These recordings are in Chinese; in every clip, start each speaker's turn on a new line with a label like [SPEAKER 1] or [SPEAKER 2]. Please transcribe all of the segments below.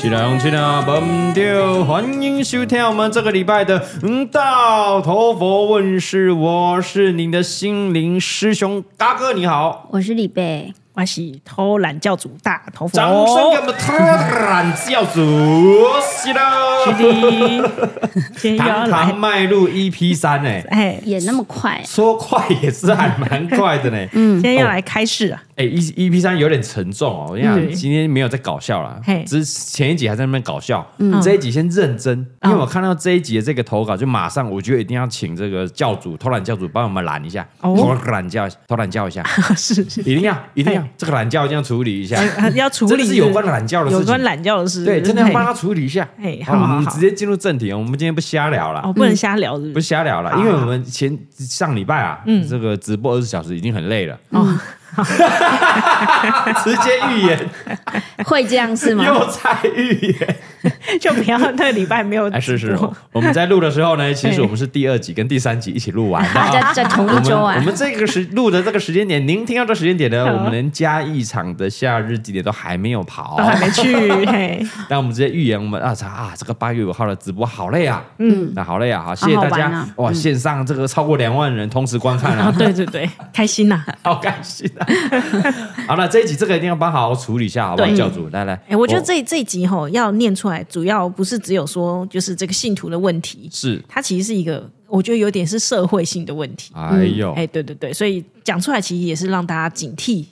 [SPEAKER 1] 起来，红起来，蹦丢！欢迎收听我们这个礼拜的嗯道头佛问世，我是您的心灵师兄嘎哥，你好，
[SPEAKER 2] 我是李贝，
[SPEAKER 3] 我是偷懒教主大头佛，
[SPEAKER 1] 掌声给我们偷懒教主，是的，
[SPEAKER 3] 的，先要
[SPEAKER 1] 堂堂
[SPEAKER 3] 来，
[SPEAKER 1] 迈入 EP 三哎，
[SPEAKER 3] 哎，
[SPEAKER 2] 也那么 快，
[SPEAKER 1] 说快也是还蛮快的呢。
[SPEAKER 3] 今天要来开市啊，
[SPEAKER 1] 哎、e E P 三有点沉重哦，我跟你讲，
[SPEAKER 3] 嗯
[SPEAKER 1] 今天没有在搞笑啦
[SPEAKER 3] 嘿，嗯
[SPEAKER 1] 只是前一集还在那边搞笑，这一集先认真，因为我看到这一集的这个投稿，就马上我觉得一定要请这个教主偷懒教主帮我们懒一下，
[SPEAKER 3] 哦
[SPEAKER 1] 偷懒教偷懒教一 下，
[SPEAKER 3] 是是，
[SPEAKER 1] 一定要一定要这个懒教一定要处理一下，
[SPEAKER 3] 啊要处
[SPEAKER 1] 真的
[SPEAKER 3] 理
[SPEAKER 1] 是有关懒教的事
[SPEAKER 3] 有
[SPEAKER 1] 情，
[SPEAKER 3] 关懒教的 事，
[SPEAKER 1] 对，真的要帮他
[SPEAKER 3] 嘿
[SPEAKER 1] 处理一下
[SPEAKER 3] 嘿。
[SPEAKER 1] 好，我
[SPEAKER 3] 好好
[SPEAKER 1] 们
[SPEAKER 3] 好
[SPEAKER 1] 直接进入正题，我们今天不瞎聊了
[SPEAKER 3] 哦，。不能瞎聊，是
[SPEAKER 1] 不
[SPEAKER 3] 不是？
[SPEAKER 1] 瞎聊了，因为我们前上礼拜啊，
[SPEAKER 3] 嗯
[SPEAKER 1] 这个直播二十小时已经很 累了，
[SPEAKER 3] 哦，
[SPEAKER 1] 直接预 言，
[SPEAKER 2] 会这样
[SPEAKER 3] 嗯
[SPEAKER 2] 是吗？
[SPEAKER 1] 又在预言，
[SPEAKER 3] 就不要那个礼拜没有直播，
[SPEAKER 1] 哎，是 是，我我们在录的时候呢，其
[SPEAKER 3] 哎
[SPEAKER 1] 实我们是第二集跟第三集一起录完的
[SPEAKER 2] 大
[SPEAKER 1] 啊。
[SPEAKER 2] 家在同
[SPEAKER 1] 我
[SPEAKER 2] 一周
[SPEAKER 1] 们我
[SPEAKER 2] 啊，
[SPEAKER 1] 们这个时录的这个时间点，您听到这时间点呢，
[SPEAKER 3] 好
[SPEAKER 1] 我们连嘉义场的夏日祭典都还没有跑
[SPEAKER 3] 都，还没
[SPEAKER 1] 哦
[SPEAKER 3] 去， 嘿，
[SPEAKER 1] 但我们直接预言我们啊操啊，这个八月五号的直播好累啊，
[SPEAKER 3] 嗯，
[SPEAKER 1] 那好累啊，好谢谢大
[SPEAKER 2] 好好玩
[SPEAKER 1] 家
[SPEAKER 2] 啊
[SPEAKER 1] 哇，线上这个超过两万人同时观看
[SPEAKER 3] 啊，
[SPEAKER 1] 啊，
[SPEAKER 3] 对对对，开心呐，
[SPEAKER 1] 好开心啊！好了，这一集这个一定要帮好好处理一下，好不好？
[SPEAKER 3] 对
[SPEAKER 1] 教主，来来，哦
[SPEAKER 3] 哎，我觉得这这一集吼要念出来，主要不是只有说就是这个信徒的问题，
[SPEAKER 1] 是，
[SPEAKER 3] 它其实是一个，我觉得有点是社会性的问题，
[SPEAKER 1] 哎呦，
[SPEAKER 3] 哎，对对对，所以讲出来其实也是让大家警惕，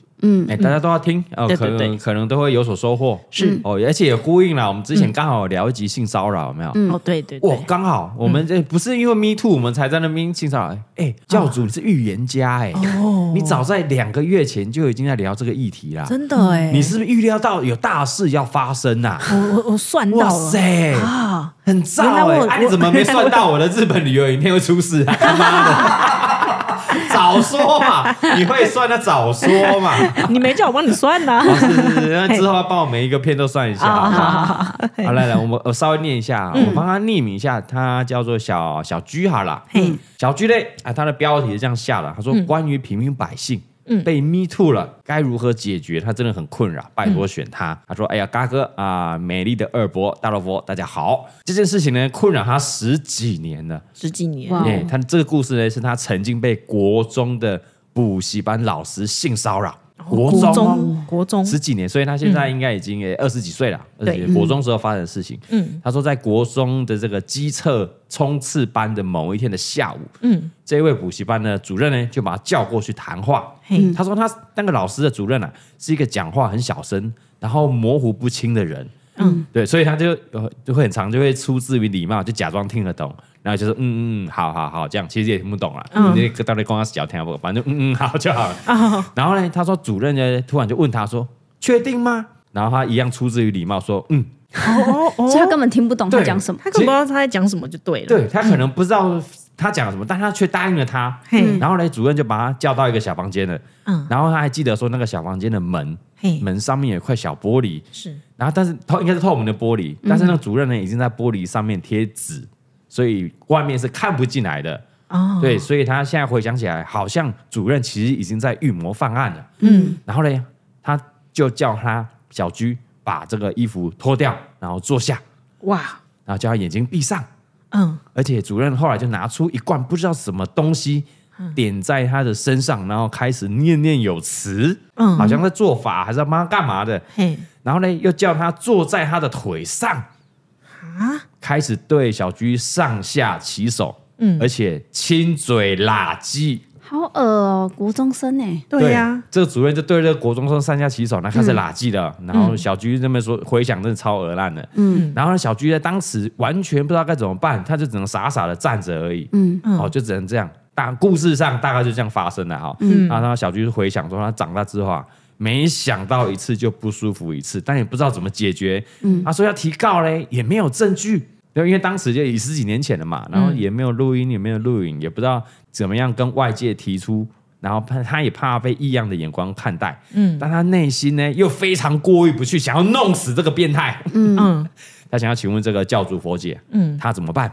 [SPEAKER 1] 哎、大家都要听哦，
[SPEAKER 3] 嗯对
[SPEAKER 1] 可
[SPEAKER 3] 对对
[SPEAKER 1] 能可能都会有所收获，是哦，而且也呼应了我们之
[SPEAKER 3] 嗯
[SPEAKER 1] 前刚好有聊一集性骚扰，有没有？
[SPEAKER 3] 哦，对对
[SPEAKER 1] 哇
[SPEAKER 3] 对，，
[SPEAKER 1] 刚好我们哎这不是因为 Me Too 我们才在那边性骚扰，哎、
[SPEAKER 3] 哦
[SPEAKER 1] 教主你是预言家哎、你早在两个月前就已经在聊这个议题啦，
[SPEAKER 3] 真的哎，
[SPEAKER 1] 嗯你是不是预料到有大事要发生呐、
[SPEAKER 3] 我我我算
[SPEAKER 1] 哇
[SPEAKER 3] 到了
[SPEAKER 1] 塞，
[SPEAKER 3] 啊！
[SPEAKER 1] 很燥哎、
[SPEAKER 3] 原来我
[SPEAKER 1] 啊，你怎么没算到我的日本旅游影片会出 事啊？他妈的，早说嘛，你会算那早说嘛。
[SPEAKER 3] 你没叫我帮你算 啊呐、
[SPEAKER 1] 哦 是是是，那之后要帮我每一个片都算一下。哦好不嗯好好，来来，我们我稍微念一下，啊我帮他匿名一下，他叫做小小居好了。
[SPEAKER 3] 嘿，
[SPEAKER 1] 小居嘞啊，他的标题是这样下的，他说关于平民百姓。被 me too 了，该如何解决？他真的很困扰，拜托选他。他说：“哎呀，嘎哥啊、美丽的二伯大萝卜，大家好。这件事情呢，困扰他十几年了。
[SPEAKER 3] 十几年，
[SPEAKER 2] 哇哦
[SPEAKER 1] 哎、他这个故事呢，是他曾经被国中的补习班老师性骚扰，国中哦、
[SPEAKER 3] 国中，国中，嗯
[SPEAKER 1] 十几年，所以他现在应该已经呃二十几岁了，而
[SPEAKER 3] 对
[SPEAKER 1] 且国中时候发生的事情。
[SPEAKER 3] 嗯
[SPEAKER 1] 他说在国中的这个机测冲刺班的某一天的下午，
[SPEAKER 3] 嗯，
[SPEAKER 1] 这位补习班的主任呢就把他叫过去谈话。
[SPEAKER 3] 嘿，
[SPEAKER 1] 他说他那个老师的主任啊是一个讲话很小声，然后模糊不清的人。
[SPEAKER 3] 嗯，
[SPEAKER 1] 对，所以他就呃就会很常就会出自于礼貌，就假装听得懂，然后就说嗯嗯嗯，好好好，这样其实也听不懂啊了，
[SPEAKER 3] 嗯
[SPEAKER 1] 那个到底光他小听不懂，反正就嗯嗯好就好了。
[SPEAKER 3] 哦，
[SPEAKER 1] 然后呢，他说主任呢突然就问他说：“确定吗？”然后他一样出自于礼貌说：“嗯，
[SPEAKER 3] 哦
[SPEAKER 2] 所以他
[SPEAKER 3] 哦，
[SPEAKER 2] 根本听不懂他讲什么。
[SPEAKER 3] 他根本不知道他在讲什么就对了，，
[SPEAKER 1] 对他可能不知道他讲什么，但他却答应了他。
[SPEAKER 3] 嘿，
[SPEAKER 1] 然后呢，主任就把他叫到一个小房间了。
[SPEAKER 3] 嗯，
[SPEAKER 1] 然后他还记得说那个小房间的门，
[SPEAKER 3] 嘿，
[SPEAKER 1] 门上面有一块小玻璃，
[SPEAKER 3] 是，
[SPEAKER 1] 然后但是透应该是透明的玻璃，
[SPEAKER 3] 嗯
[SPEAKER 1] 但是那个主任呢已经在玻璃上面贴纸，所以外面是看不进来的。
[SPEAKER 3] 哦，
[SPEAKER 1] 对，所以他现在回想起来，好像主任其实已经在预谋犯案了。
[SPEAKER 3] 嗯，
[SPEAKER 1] 然后呢，他就叫他小居把这个衣服脱掉，然后坐下，
[SPEAKER 3] 哇，
[SPEAKER 1] 然后叫他眼睛闭上。
[SPEAKER 3] 嗯，
[SPEAKER 1] 而且主任后来就拿出一罐不知道什么东西
[SPEAKER 3] 嗯
[SPEAKER 1] 点在他的身上，然后开始念念有词，
[SPEAKER 3] 嗯
[SPEAKER 1] 好像在做法还是要帮他干嘛的。
[SPEAKER 3] 嘿，
[SPEAKER 1] 然后呢，又叫他坐在他的腿上，
[SPEAKER 3] 啊，
[SPEAKER 1] 开始对小居上下其手，
[SPEAKER 3] 嗯
[SPEAKER 1] 而且亲嘴拉鸡。
[SPEAKER 2] 好恶哦，国中生呢，
[SPEAKER 3] 对呀，
[SPEAKER 1] 这个主任就对这个国中生上下其手，那开始拉鸡了。然后小居那边说回想真的超恶烂的，嗯，然后呢小居在当时完全不知道该怎么办，他就只能傻傻的站着而已，嗯，哦，就只能这样。大故事上大概就这样发生了哈，嗯，然后小居就回想说他长大之后啊。没想到一次就不舒服一次，但也不知道怎么解决。嗯，他说要提告嘞，也没有证据，对，因为当时就也十几年前了嘛，然后也没有录音，也没有录影，也不知道怎么样跟外界提出，然后怕他也怕被异样的眼光看待，嗯，但他内心呢又非常过意不去，想要弄死这个变态，
[SPEAKER 3] 嗯，
[SPEAKER 1] 他想要请问这个教主佛姐，嗯，他怎么办？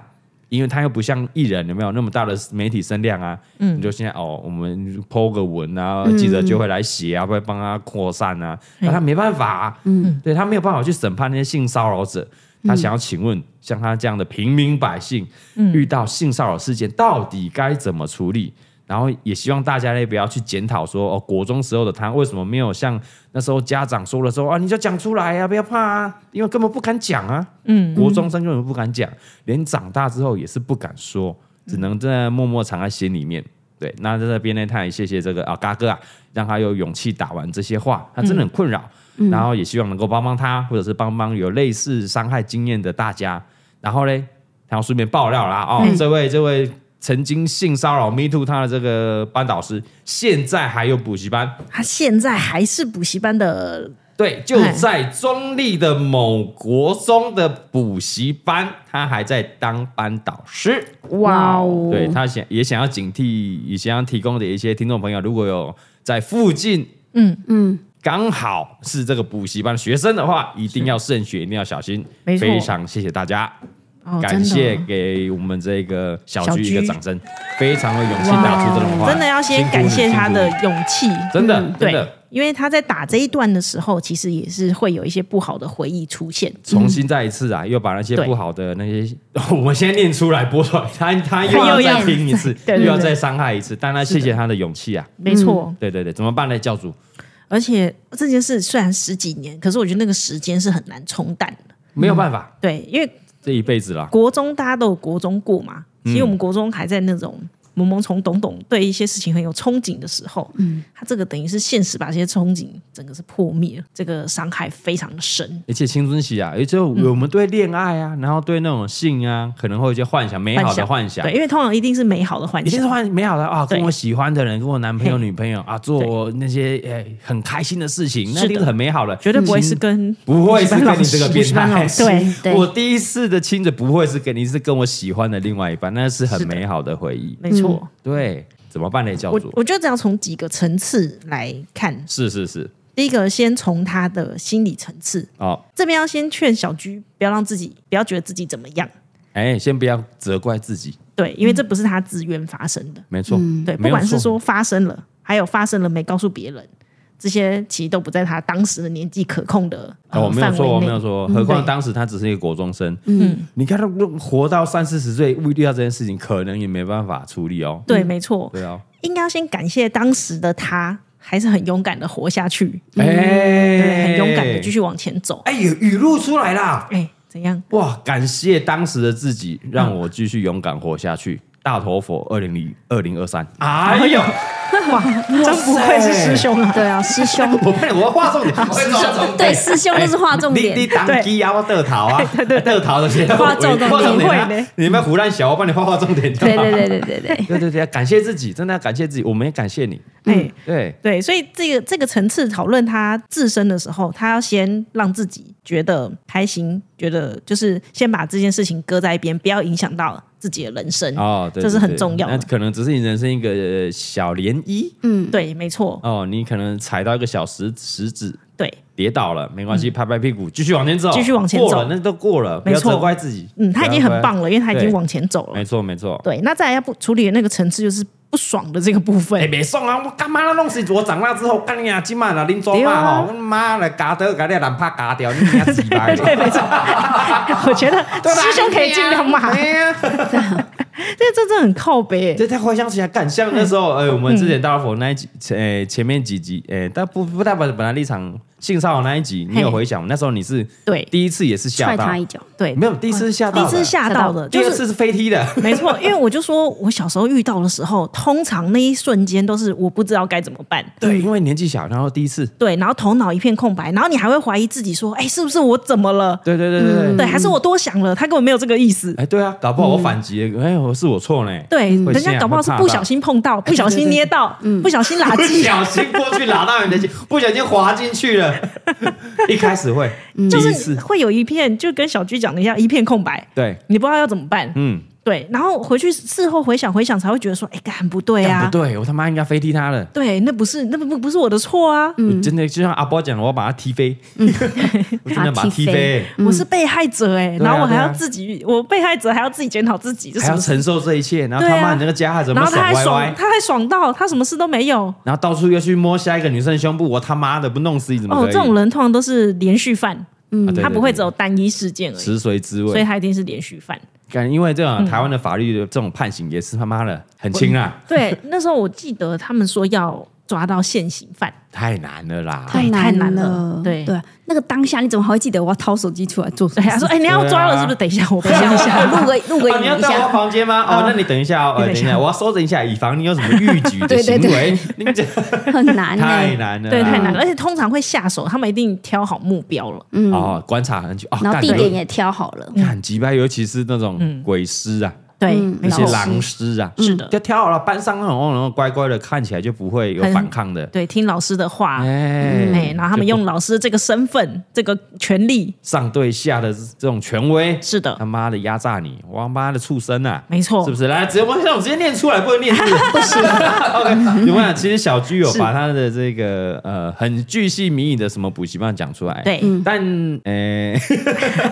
[SPEAKER 1] 因为他又不像艺人有没有那么大的媒体声量啊，你就现在哦，我们 PO 个文啊，记者就会来写啊，会帮他扩散啊，那他没办法、啊，嗯，对他没有办法去审判那些性骚扰者，他想要请问像他这样的平民百姓，遇到性骚扰事件到底该怎么处理？然后也希望大家呢不要去检讨说哦，国中时候的他为什么没有像那时候家长说的时候啊，你就讲出来啊，不要怕啊，因为根本不敢讲啊。嗯，国中生根本不敢讲，连长大之后也是不敢说，只能在默默藏在心里面。对，那在这边呢，他也谢谢这个啊嘎哥啊，让他有勇气打完这些话，他真的很困扰。嗯然后也希望能够帮帮他，或者是帮帮有类似伤害经验的大家。然后嘞，然后顺便爆料啦哦，这位这位曾经性骚扰 Me Too 他的这个班导师，现在还有补习班，
[SPEAKER 3] 他现在还是补习班的，
[SPEAKER 1] 对，就在中立的某国中的补习班，他还在当班导师。
[SPEAKER 2] 哇哦，
[SPEAKER 1] 对他想也想要警惕，也想要提供给一些听众朋友，如果有在附近
[SPEAKER 2] 嗯，
[SPEAKER 1] 刚好是这个补习班学生的话，一定要慎选，一定要小心。
[SPEAKER 3] 没错
[SPEAKER 1] 非常谢谢大家，
[SPEAKER 3] 哦
[SPEAKER 1] 感谢
[SPEAKER 3] 真的
[SPEAKER 1] 给我们这个小
[SPEAKER 3] 小
[SPEAKER 1] 鞠一个
[SPEAKER 3] 鞠
[SPEAKER 1] 掌声，非常有勇气打出这种话，
[SPEAKER 3] 真的要先
[SPEAKER 1] 辛苦你
[SPEAKER 3] 感谢他的
[SPEAKER 1] 辛苦
[SPEAKER 3] 勇气。
[SPEAKER 1] 你真的真
[SPEAKER 3] 对
[SPEAKER 1] 的，
[SPEAKER 3] 因为他在打这一段的时候，其实也是会有一些不好的回忆出现。
[SPEAKER 1] 重新再一次啊，又把那些
[SPEAKER 3] 对
[SPEAKER 1] 不好的那些， 我们先念出来播出来，他他又要
[SPEAKER 2] 又
[SPEAKER 1] 再
[SPEAKER 2] 要
[SPEAKER 1] 听一次，
[SPEAKER 3] 对对
[SPEAKER 1] 又要
[SPEAKER 3] 对
[SPEAKER 1] 再伤害一次，当然谢谢他的勇气啊，
[SPEAKER 3] 没错，
[SPEAKER 1] 对对对，怎么办呢，教主？
[SPEAKER 3] 嗯而且这件事虽然十几年，可是我觉得那个时间是很难冲淡的。
[SPEAKER 1] 没有办法，
[SPEAKER 3] 对，因为
[SPEAKER 1] 这一辈子啦，
[SPEAKER 3] 国中大家都有国中过嘛，
[SPEAKER 1] 嗯
[SPEAKER 3] 其实我们国中还在那种懵懵懂懂，对一些事情很有憧憬的时候，嗯，他这个等于是现实把这些憧憬整个是破灭了，这个伤害非常的深。
[SPEAKER 1] 而且青春期啊，也就
[SPEAKER 3] 嗯
[SPEAKER 1] 我们对恋爱啊，然后对那种性啊，可能会有一些幻想，美好的幻想
[SPEAKER 3] 对，，因为通常一定是美好的幻
[SPEAKER 1] 一定是
[SPEAKER 3] 想，
[SPEAKER 1] 幻美好的啊，
[SPEAKER 3] 对
[SPEAKER 1] 跟我喜欢的人，跟我男朋友、
[SPEAKER 3] 嘿
[SPEAKER 1] 女朋友啊，做
[SPEAKER 3] 对
[SPEAKER 1] 我那些诶、很开心的事情，那
[SPEAKER 3] 是
[SPEAKER 1] 一定
[SPEAKER 3] 的
[SPEAKER 1] 是很美好的，
[SPEAKER 3] 绝对不会是跟
[SPEAKER 1] 不会是跟你这个
[SPEAKER 3] 补
[SPEAKER 1] 变
[SPEAKER 3] 习班老
[SPEAKER 1] 态。
[SPEAKER 3] 师
[SPEAKER 2] 对对
[SPEAKER 1] 我第一次的亲嘴不会是跟你是跟我喜欢的另外一半，那是很美好的回忆。
[SPEAKER 3] 没错。
[SPEAKER 1] 对，怎么办呢，教
[SPEAKER 3] 我
[SPEAKER 1] 主？
[SPEAKER 3] 我觉得只要从几个层次来看，
[SPEAKER 1] 是是是，
[SPEAKER 3] 第一个先从他的心理层次，
[SPEAKER 1] 哦，
[SPEAKER 3] 这边要先劝小居不要让自己不要觉得自己怎么样，
[SPEAKER 1] 哎，先不要责怪自己，
[SPEAKER 3] 对，因为这不是他自愿发生的，
[SPEAKER 1] 没错，
[SPEAKER 3] 嗯对，
[SPEAKER 1] 没
[SPEAKER 3] 不
[SPEAKER 1] 有
[SPEAKER 3] 管是
[SPEAKER 1] 错
[SPEAKER 3] 说发生了，还有发生了没告诉别人，这些其实都不在他当时的年纪可控的、呃
[SPEAKER 1] 哦，我没有
[SPEAKER 3] 范
[SPEAKER 1] 说，我没
[SPEAKER 3] 围
[SPEAKER 1] 有
[SPEAKER 3] 内。嗯
[SPEAKER 1] 说，何况
[SPEAKER 3] 对
[SPEAKER 1] 当时他只是一个国中生，嗯，你看他活到三四十岁，遇到这件事情，可能也没办法处理哦。
[SPEAKER 3] 对，没错，
[SPEAKER 1] 对哦，
[SPEAKER 3] 应该要先感谢当时的他，还是很勇敢的活下去，嗯对，
[SPEAKER 1] 哎，
[SPEAKER 3] 很勇敢的继续往前走。
[SPEAKER 1] 哎，语语录出来啦！
[SPEAKER 3] 哎，怎样？
[SPEAKER 1] 哇，感谢当时的自己，让我继续勇敢活下去。大头佛二零零二零二三，哎呦，
[SPEAKER 3] 哇，真不愧是师兄啊！
[SPEAKER 2] 对啊，师兄，
[SPEAKER 1] 我看我要画重点，我要画重点
[SPEAKER 2] 对师兄就是划重
[SPEAKER 1] 你你
[SPEAKER 2] 点，
[SPEAKER 1] 当机啊，我得逃啊，得逃的些
[SPEAKER 2] 画重点
[SPEAKER 1] 画重点
[SPEAKER 3] 你会
[SPEAKER 1] 啊
[SPEAKER 3] 呢，
[SPEAKER 1] 你们胡乱小，我帮你画画重点就好。
[SPEAKER 2] 对对对对对对，
[SPEAKER 1] 对对对，感谢自己，真的要感谢自己，我们也感谢你。
[SPEAKER 3] 哎，
[SPEAKER 1] 对，
[SPEAKER 3] 对，所以这个这个层次讨论他自身的时候，他要先让自己觉得开心，觉得就是先把这件事情搁在一边，不要影响到自己的人生。
[SPEAKER 1] 哦，对
[SPEAKER 3] 这是
[SPEAKER 1] 对
[SPEAKER 3] 很
[SPEAKER 1] 对
[SPEAKER 3] 重要
[SPEAKER 1] 那
[SPEAKER 3] 的。
[SPEAKER 1] 可能只是你人生一个呃小涟漪
[SPEAKER 3] 对，没错，
[SPEAKER 1] 哦，你可能踩到一个小石石子，
[SPEAKER 3] 对，
[SPEAKER 1] 跌倒了，没关系，拍拍屁股，继续往前走，
[SPEAKER 3] 嗯继续往前走
[SPEAKER 1] 过了那都过了，不
[SPEAKER 3] 没
[SPEAKER 1] 要
[SPEAKER 3] 错
[SPEAKER 1] 责怪自己。
[SPEAKER 3] 嗯，他已经很棒
[SPEAKER 1] 了，
[SPEAKER 3] 了，因为他已经
[SPEAKER 1] 对
[SPEAKER 3] 往前走了
[SPEAKER 1] 没。错没错。
[SPEAKER 3] 对，那再来要不处理的那个层次就是不爽的这个部分
[SPEAKER 1] 哎，。别送啊！我干嘛要弄死我？长大之后干你啊！今晚啊，林卓
[SPEAKER 3] 对
[SPEAKER 1] 嘛
[SPEAKER 3] 啊
[SPEAKER 1] 吼，妈的，嘎得嘎掉，懒怕嘎掉，你娘鸡巴！
[SPEAKER 3] 对，没错，我觉得
[SPEAKER 1] 对啊吧
[SPEAKER 3] 师兄可以尽量骂，
[SPEAKER 1] 哎
[SPEAKER 3] 这
[SPEAKER 1] 呀，
[SPEAKER 3] 这真的很靠北欸。
[SPEAKER 1] 这他回想起来，感像那时 候，哎、我们之前大老佛那一集，哎、前面几集，哎、但不不代表本来立场性骚扰那一集，你有回想？那时候你是
[SPEAKER 3] 对
[SPEAKER 1] 第一次也是吓
[SPEAKER 2] 踹
[SPEAKER 1] 到
[SPEAKER 2] 他，一脚，
[SPEAKER 3] 对，
[SPEAKER 1] 没有第一次是吓
[SPEAKER 3] 哦第
[SPEAKER 1] 到
[SPEAKER 3] 一
[SPEAKER 1] 的，
[SPEAKER 3] 次吓到的，
[SPEAKER 1] 第
[SPEAKER 3] 就
[SPEAKER 1] 二
[SPEAKER 3] 是
[SPEAKER 1] 次是飞踢的，
[SPEAKER 3] 没错，因为我就说我小时候遇到的时候，通常那一瞬间都是我不知道该怎么办。
[SPEAKER 1] 对，因为年纪小，然后第一次，
[SPEAKER 3] 对，然后头脑一片空白，然后你还会怀疑自己说，哎，是不是我怎么了？
[SPEAKER 1] 对对对对对，
[SPEAKER 3] 对，还是我多想了，他根本没有这个意思。
[SPEAKER 1] 嗯哎、对啊，搞不
[SPEAKER 3] 嗯
[SPEAKER 1] 好我反击了，哎、我是我错呢，
[SPEAKER 3] 对，
[SPEAKER 1] 会
[SPEAKER 3] 人
[SPEAKER 1] 这
[SPEAKER 3] 家
[SPEAKER 1] 样
[SPEAKER 3] 搞不好是
[SPEAKER 1] 会怕哎
[SPEAKER 3] 不
[SPEAKER 1] 到
[SPEAKER 3] 小心碰到，不小心捏到，
[SPEAKER 1] 嗯
[SPEAKER 3] 不小心拉
[SPEAKER 1] 不
[SPEAKER 3] 鸡，
[SPEAKER 1] 小心过去拉到你的肩，不小心滑进去了，一开始会， 第
[SPEAKER 3] 就
[SPEAKER 1] 一
[SPEAKER 3] 是
[SPEAKER 1] 次，
[SPEAKER 3] 会有一片，就跟小鞠讲的一样，一片空白，
[SPEAKER 1] 对，
[SPEAKER 3] 你不知道要怎么办。
[SPEAKER 1] 嗯，
[SPEAKER 3] 对，然后回去事后回想回想才会觉得说，哎，干很不对
[SPEAKER 1] 干
[SPEAKER 3] 啊
[SPEAKER 1] 不，对，我他妈应该飞踢他了。
[SPEAKER 3] 对，那不是那不不是我的错啊，
[SPEAKER 1] 我真的就像阿波讲的，我要把他踢飞，
[SPEAKER 3] 嗯
[SPEAKER 1] 我真的把他 踢飞，
[SPEAKER 3] 我是被害者哎、
[SPEAKER 1] 嗯对啊
[SPEAKER 3] 然后我还
[SPEAKER 1] 对啊
[SPEAKER 3] 要自己，我被害者还要自己检讨自己，这
[SPEAKER 1] 还
[SPEAKER 3] 什
[SPEAKER 1] 要
[SPEAKER 3] 么事？
[SPEAKER 1] 承受这一切，然后
[SPEAKER 3] 对啊
[SPEAKER 1] 他妈你那个家伙怎
[SPEAKER 3] 然
[SPEAKER 1] 么
[SPEAKER 3] 后他
[SPEAKER 1] 爽
[SPEAKER 3] 还
[SPEAKER 1] 歪
[SPEAKER 3] 爽，
[SPEAKER 1] 歪，
[SPEAKER 3] 他还爽到他什么事都没有。
[SPEAKER 1] 然后到处又去摸下一个女生的胸部，我他妈的不弄死你怎么
[SPEAKER 3] 哦，
[SPEAKER 1] 可以？
[SPEAKER 3] 这种人通常都是连续犯，
[SPEAKER 2] 嗯
[SPEAKER 1] 啊对
[SPEAKER 3] 他不会
[SPEAKER 1] 对对
[SPEAKER 3] 只有单一事件而已，
[SPEAKER 1] 食髓知
[SPEAKER 3] 所以
[SPEAKER 1] 味。
[SPEAKER 3] 他一定是连续犯。
[SPEAKER 1] 感因为这种台湾的法律的这种判刑也是他妈的很轻啊
[SPEAKER 2] 嗯
[SPEAKER 1] 啦，
[SPEAKER 3] 对，那时候我记得他们说要抓到现行犯，
[SPEAKER 1] 太难了啦。啊
[SPEAKER 2] 太
[SPEAKER 3] 太
[SPEAKER 2] 难
[SPEAKER 3] 难
[SPEAKER 2] 了
[SPEAKER 3] 了，对
[SPEAKER 2] 对，啊那个当下你怎么还会记得我要掏手机出来做什
[SPEAKER 3] 对，
[SPEAKER 2] 么
[SPEAKER 3] 他
[SPEAKER 2] 事？
[SPEAKER 3] 说：“哎，你
[SPEAKER 1] 啊
[SPEAKER 3] 要抓了是不是？等一下，我
[SPEAKER 2] 等一下，我录个录个
[SPEAKER 1] 哎啊，你要
[SPEAKER 2] 影一
[SPEAKER 1] 到我
[SPEAKER 2] 下，嗯
[SPEAKER 1] 房间吗？哦，那你等一下哦，呃
[SPEAKER 3] 你
[SPEAKER 1] 等一
[SPEAKER 3] 等一下
[SPEAKER 1] 下，我要搜证一下，以防你有什么逾矩的
[SPEAKER 2] 对对
[SPEAKER 1] 行
[SPEAKER 2] 对
[SPEAKER 1] 为。你这
[SPEAKER 2] 很难欸
[SPEAKER 1] 太
[SPEAKER 2] 呢。
[SPEAKER 1] 难了，
[SPEAKER 3] 对，太难。了，而且通常会下手，他们一定挑好目标了。
[SPEAKER 2] 嗯，
[SPEAKER 1] 哦，观察很久啊，
[SPEAKER 2] 然后
[SPEAKER 1] 干
[SPEAKER 2] 地点也挑好了，
[SPEAKER 1] 很急掰，尤其是那种鬼尸啊，
[SPEAKER 3] 对，
[SPEAKER 2] 嗯
[SPEAKER 1] 那
[SPEAKER 3] 没
[SPEAKER 1] 些
[SPEAKER 2] 老嗯
[SPEAKER 3] 错
[SPEAKER 1] 狼尸啊，
[SPEAKER 3] 嗯是的
[SPEAKER 1] 就挑好了，班上那种那种乖乖的，看起来就不会有
[SPEAKER 3] 很
[SPEAKER 1] 反抗的。
[SPEAKER 3] 对，听老师的话，
[SPEAKER 1] 哎
[SPEAKER 3] 哎，，然后他们用老师这个身份、这个权利，
[SPEAKER 1] 上对下的这种权威，
[SPEAKER 3] 是的
[SPEAKER 1] 他，妈的压榨你，王八的畜生啊！
[SPEAKER 3] 嗯没错，
[SPEAKER 1] 是不是？来，直接我像我直接念出来，不能念字，不行。OK，你们想，其实小居有把他的这个呃很巨细靡遗的什么补习班讲出来，，
[SPEAKER 3] 对，
[SPEAKER 2] 嗯
[SPEAKER 1] 但呃，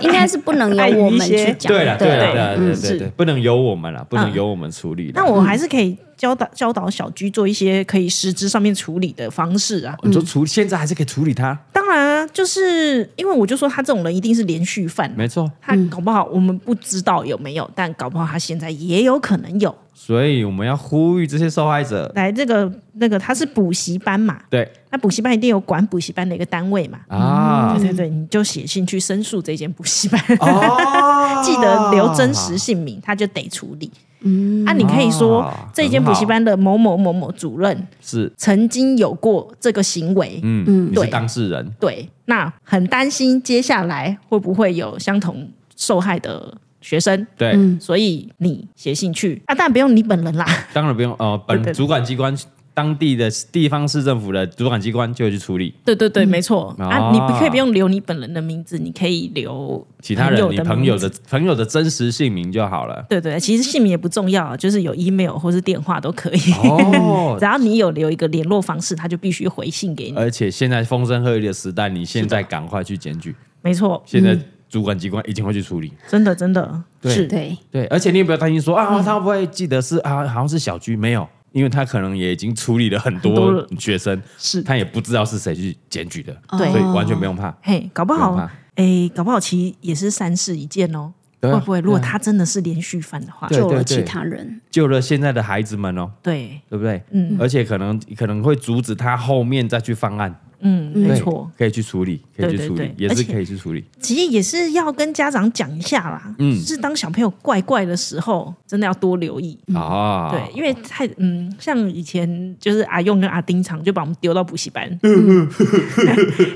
[SPEAKER 2] 应该是 不能由我们去讲。
[SPEAKER 1] 对了，对了，对
[SPEAKER 3] 对嗯
[SPEAKER 1] 了，对了对
[SPEAKER 3] 是
[SPEAKER 1] 对，不能由我们了，不能
[SPEAKER 3] 嗯
[SPEAKER 1] 由我们处理了。
[SPEAKER 3] 但我还是可以教导教导小居做一些可以实质上面处理的方式啊。
[SPEAKER 1] 你说处现在还是可以处理他，
[SPEAKER 3] 当然啊，就是因为我就说他这种人一定是连续犯嘛，
[SPEAKER 1] 没错。
[SPEAKER 3] 他搞不好我们不知道有没有，但搞不好他现在也有可能有。
[SPEAKER 1] 所以我们要呼吁这些受害者，
[SPEAKER 3] 来，这个那个他是补习班嘛，
[SPEAKER 1] 对
[SPEAKER 3] 那补习班一定有管补习班的一个单位嘛。
[SPEAKER 1] 啊
[SPEAKER 3] 对，对对，你就写信去申诉这间补习班，
[SPEAKER 1] 哦
[SPEAKER 3] 记得留真实姓名，他就得处理。嗯，啊，你可以说、
[SPEAKER 1] 啊
[SPEAKER 3] 这间补习班的某某某某主任
[SPEAKER 1] 是，
[SPEAKER 3] 曾经有过这个行为，
[SPEAKER 1] 嗯
[SPEAKER 2] 嗯
[SPEAKER 1] 嗯，你是
[SPEAKER 3] 对
[SPEAKER 1] 当事人，
[SPEAKER 3] 对，那很担心接下来会不会有相同受害的学生，
[SPEAKER 1] 对，
[SPEAKER 3] 所以你写信去嗯啊，当然不用你本人啦，
[SPEAKER 1] 当然不用呃，
[SPEAKER 3] 对
[SPEAKER 1] 本
[SPEAKER 3] 对
[SPEAKER 1] 主管机关当地的地方市政府的主管机关就会去处理。
[SPEAKER 3] 对对对，没错、
[SPEAKER 1] 哦
[SPEAKER 3] 啊，你不可以不用留你本人的名字，你可以留
[SPEAKER 1] 其他人，你
[SPEAKER 3] 朋
[SPEAKER 1] 朋
[SPEAKER 3] 友
[SPEAKER 1] 友
[SPEAKER 3] 的
[SPEAKER 1] 的
[SPEAKER 3] 名字。
[SPEAKER 1] 朋友的真实姓名就好了。
[SPEAKER 3] 对对，其实姓名也不重要，就是有 email 或是电话都可以。
[SPEAKER 1] 哦， 呃
[SPEAKER 3] 只要你有留一个联络方式，他就必须回信给你。
[SPEAKER 1] 而且现在风声鹤唳的时代，你现在赶快去检举，
[SPEAKER 3] 没错，嗯
[SPEAKER 1] 现在主管机关一定会去处理。
[SPEAKER 3] 真的真的
[SPEAKER 1] 对
[SPEAKER 3] 是，
[SPEAKER 2] 对，
[SPEAKER 1] 对，而且你也不要担心说啊，他会不会记得是啊，好像是小居没有，因为他可能也已经处理了很
[SPEAKER 3] 很多
[SPEAKER 1] 多
[SPEAKER 3] 了哦
[SPEAKER 1] 学生，
[SPEAKER 3] 是
[SPEAKER 1] 他也不知道是谁去检举的，
[SPEAKER 3] 对
[SPEAKER 1] 所以完全不用怕。
[SPEAKER 3] 嘿，搞不好
[SPEAKER 1] 不用怕，
[SPEAKER 3] 哎，搞不好其实也是三事一件哦。
[SPEAKER 1] 对啊
[SPEAKER 3] 会不会？如果
[SPEAKER 1] 对啊
[SPEAKER 3] 他真的是连续犯的话，
[SPEAKER 1] 对
[SPEAKER 2] 救
[SPEAKER 1] 对
[SPEAKER 2] 了其
[SPEAKER 1] 对
[SPEAKER 2] 他人，
[SPEAKER 1] 救了现在的孩子们哦，
[SPEAKER 3] 对，
[SPEAKER 1] 对不对？
[SPEAKER 3] 嗯
[SPEAKER 1] 而且可能可能会阻止他后面再去犯案，
[SPEAKER 3] 嗯，没
[SPEAKER 1] 对
[SPEAKER 3] 错，，
[SPEAKER 1] 可以去处理，可以去处理
[SPEAKER 3] 对对，对
[SPEAKER 1] 也是
[SPEAKER 3] 而且
[SPEAKER 1] 可以去处理。
[SPEAKER 3] 其实也是要跟家长讲一下啦。
[SPEAKER 1] 嗯
[SPEAKER 3] 就是当小朋友怪怪的时候，真的要多留意。
[SPEAKER 1] 啊，
[SPEAKER 3] 嗯对，因为太嗯，像以前就是阿用跟阿丁常就把我们丢到补习 班，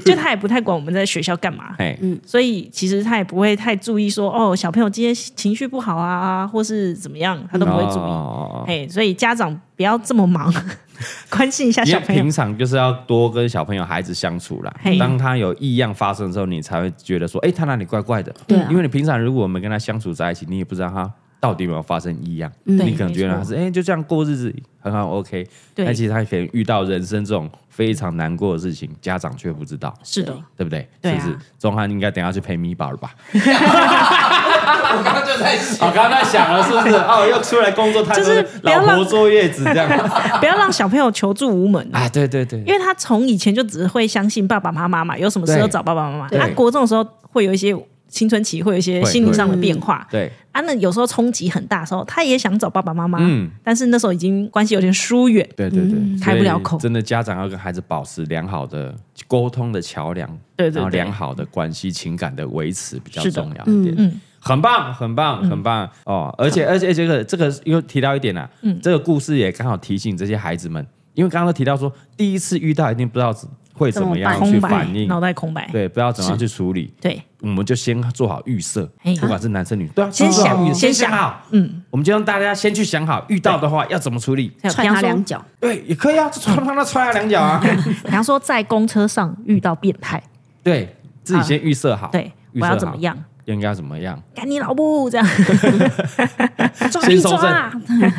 [SPEAKER 3] 就他也不太管我们在学校干嘛，
[SPEAKER 1] 哎，
[SPEAKER 3] 所以其实他也不会太注意说哦，小朋友今天情绪不好啊，或是怎么样，他都不会注意。
[SPEAKER 1] 哦
[SPEAKER 3] 哎、所以家长不要这么忙， 关心一下
[SPEAKER 1] 因
[SPEAKER 3] 小
[SPEAKER 1] 为
[SPEAKER 3] 朋友
[SPEAKER 1] 平。常就是要多跟小朋友、孩子相处啦。
[SPEAKER 3] 嘿
[SPEAKER 1] 当他有异样发生的时候，你才会觉得说，哎，他哪里怪怪的？
[SPEAKER 2] 对啊
[SPEAKER 1] 因为你平常如果我们跟他相处在一起，你也不知道他到底有没有发生异样，
[SPEAKER 3] 对
[SPEAKER 1] 你可能觉得他
[SPEAKER 3] 嗯没错
[SPEAKER 1] 是哎就这样过日子，很好，OK。但
[SPEAKER 3] 对，
[SPEAKER 1] 其实他可能遇到人生这种非常难过的事情，家长却不知道，
[SPEAKER 3] 是的，
[SPEAKER 1] 对不对？
[SPEAKER 3] 对啊
[SPEAKER 1] 是不是？钟汉应该等一下去陪米宝了 吧？我刚刚就在想，我刚刚在想了，是不是？哦，又出来工作太多，
[SPEAKER 3] 就是不要
[SPEAKER 1] 老
[SPEAKER 3] 让
[SPEAKER 1] 婆坐月子这样
[SPEAKER 3] 不要让小朋友求助无门啊。
[SPEAKER 1] 啊？对对对，
[SPEAKER 3] 因为他从以前就只会相信爸爸妈妈嘛，有什么事
[SPEAKER 1] 对
[SPEAKER 3] 都找爸爸妈妈。
[SPEAKER 1] 对
[SPEAKER 3] 他国中的时候会有一些青春期，会有一些
[SPEAKER 1] 会
[SPEAKER 3] 心理上的变化。
[SPEAKER 1] 对。
[SPEAKER 3] 啊，那有时候冲击很大的时候，他也想找爸爸妈妈，
[SPEAKER 1] 嗯
[SPEAKER 3] 但是那时候已经关系有点疏远。
[SPEAKER 1] 对对对，
[SPEAKER 3] 嗯开不了口
[SPEAKER 1] 所以真的，家长要跟孩子保持良好的沟通的桥梁，
[SPEAKER 3] 对对对
[SPEAKER 1] 然后良好的关系、情感的维持比较
[SPEAKER 3] 是的
[SPEAKER 1] 重要一点。
[SPEAKER 3] 嗯
[SPEAKER 1] 很棒，很棒，很棒、哦！而且而且这个这个又提到一点啦、啊
[SPEAKER 3] 嗯
[SPEAKER 1] 这个故事也刚好提醒这些孩子们，因为刚刚都提到说，第一次遇到一定不知道会怎么样
[SPEAKER 2] 怎
[SPEAKER 1] 去
[SPEAKER 3] 空白
[SPEAKER 1] 反，应，
[SPEAKER 3] 脑袋空白。
[SPEAKER 1] 对，不知道怎么样去处理。
[SPEAKER 3] 对
[SPEAKER 1] 我们就先做好预设
[SPEAKER 3] 嘿，
[SPEAKER 1] 不管是男生女，对啊，
[SPEAKER 3] 先
[SPEAKER 1] 做好
[SPEAKER 3] 想
[SPEAKER 1] 预设
[SPEAKER 3] 先
[SPEAKER 1] 先想
[SPEAKER 3] 想
[SPEAKER 1] 好，
[SPEAKER 3] 嗯，
[SPEAKER 1] 我们就让大家先去想好，遇到的话要怎么处理。
[SPEAKER 3] 还有
[SPEAKER 2] 踹
[SPEAKER 3] 比方
[SPEAKER 2] 他
[SPEAKER 3] 说
[SPEAKER 2] 两， 脚，
[SPEAKER 1] 对，也可以啊，就穿帮他踹他两脚啊。
[SPEAKER 3] 比方说在公车上遇到变态，
[SPEAKER 1] 对自己先预设好，
[SPEAKER 3] 对
[SPEAKER 1] 预设
[SPEAKER 3] 我
[SPEAKER 1] 好
[SPEAKER 3] 要怎么？样？
[SPEAKER 1] 应该怎么 样？
[SPEAKER 3] 赶你老母 这样，抓啊
[SPEAKER 1] 先
[SPEAKER 3] 一
[SPEAKER 1] 收
[SPEAKER 3] 抓，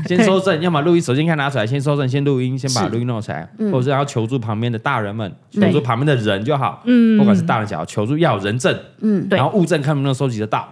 [SPEAKER 1] 先收证，要么录音手机看拿出来，先收证，先录音，先把录音弄起来，啊或者是要求助旁边的大人们，求
[SPEAKER 3] 嗯对
[SPEAKER 1] 助旁边的人就好，嗯，不管是大人小孩，求助要有人证，嗯，
[SPEAKER 3] 对
[SPEAKER 1] 然后物证看能不能收集得到，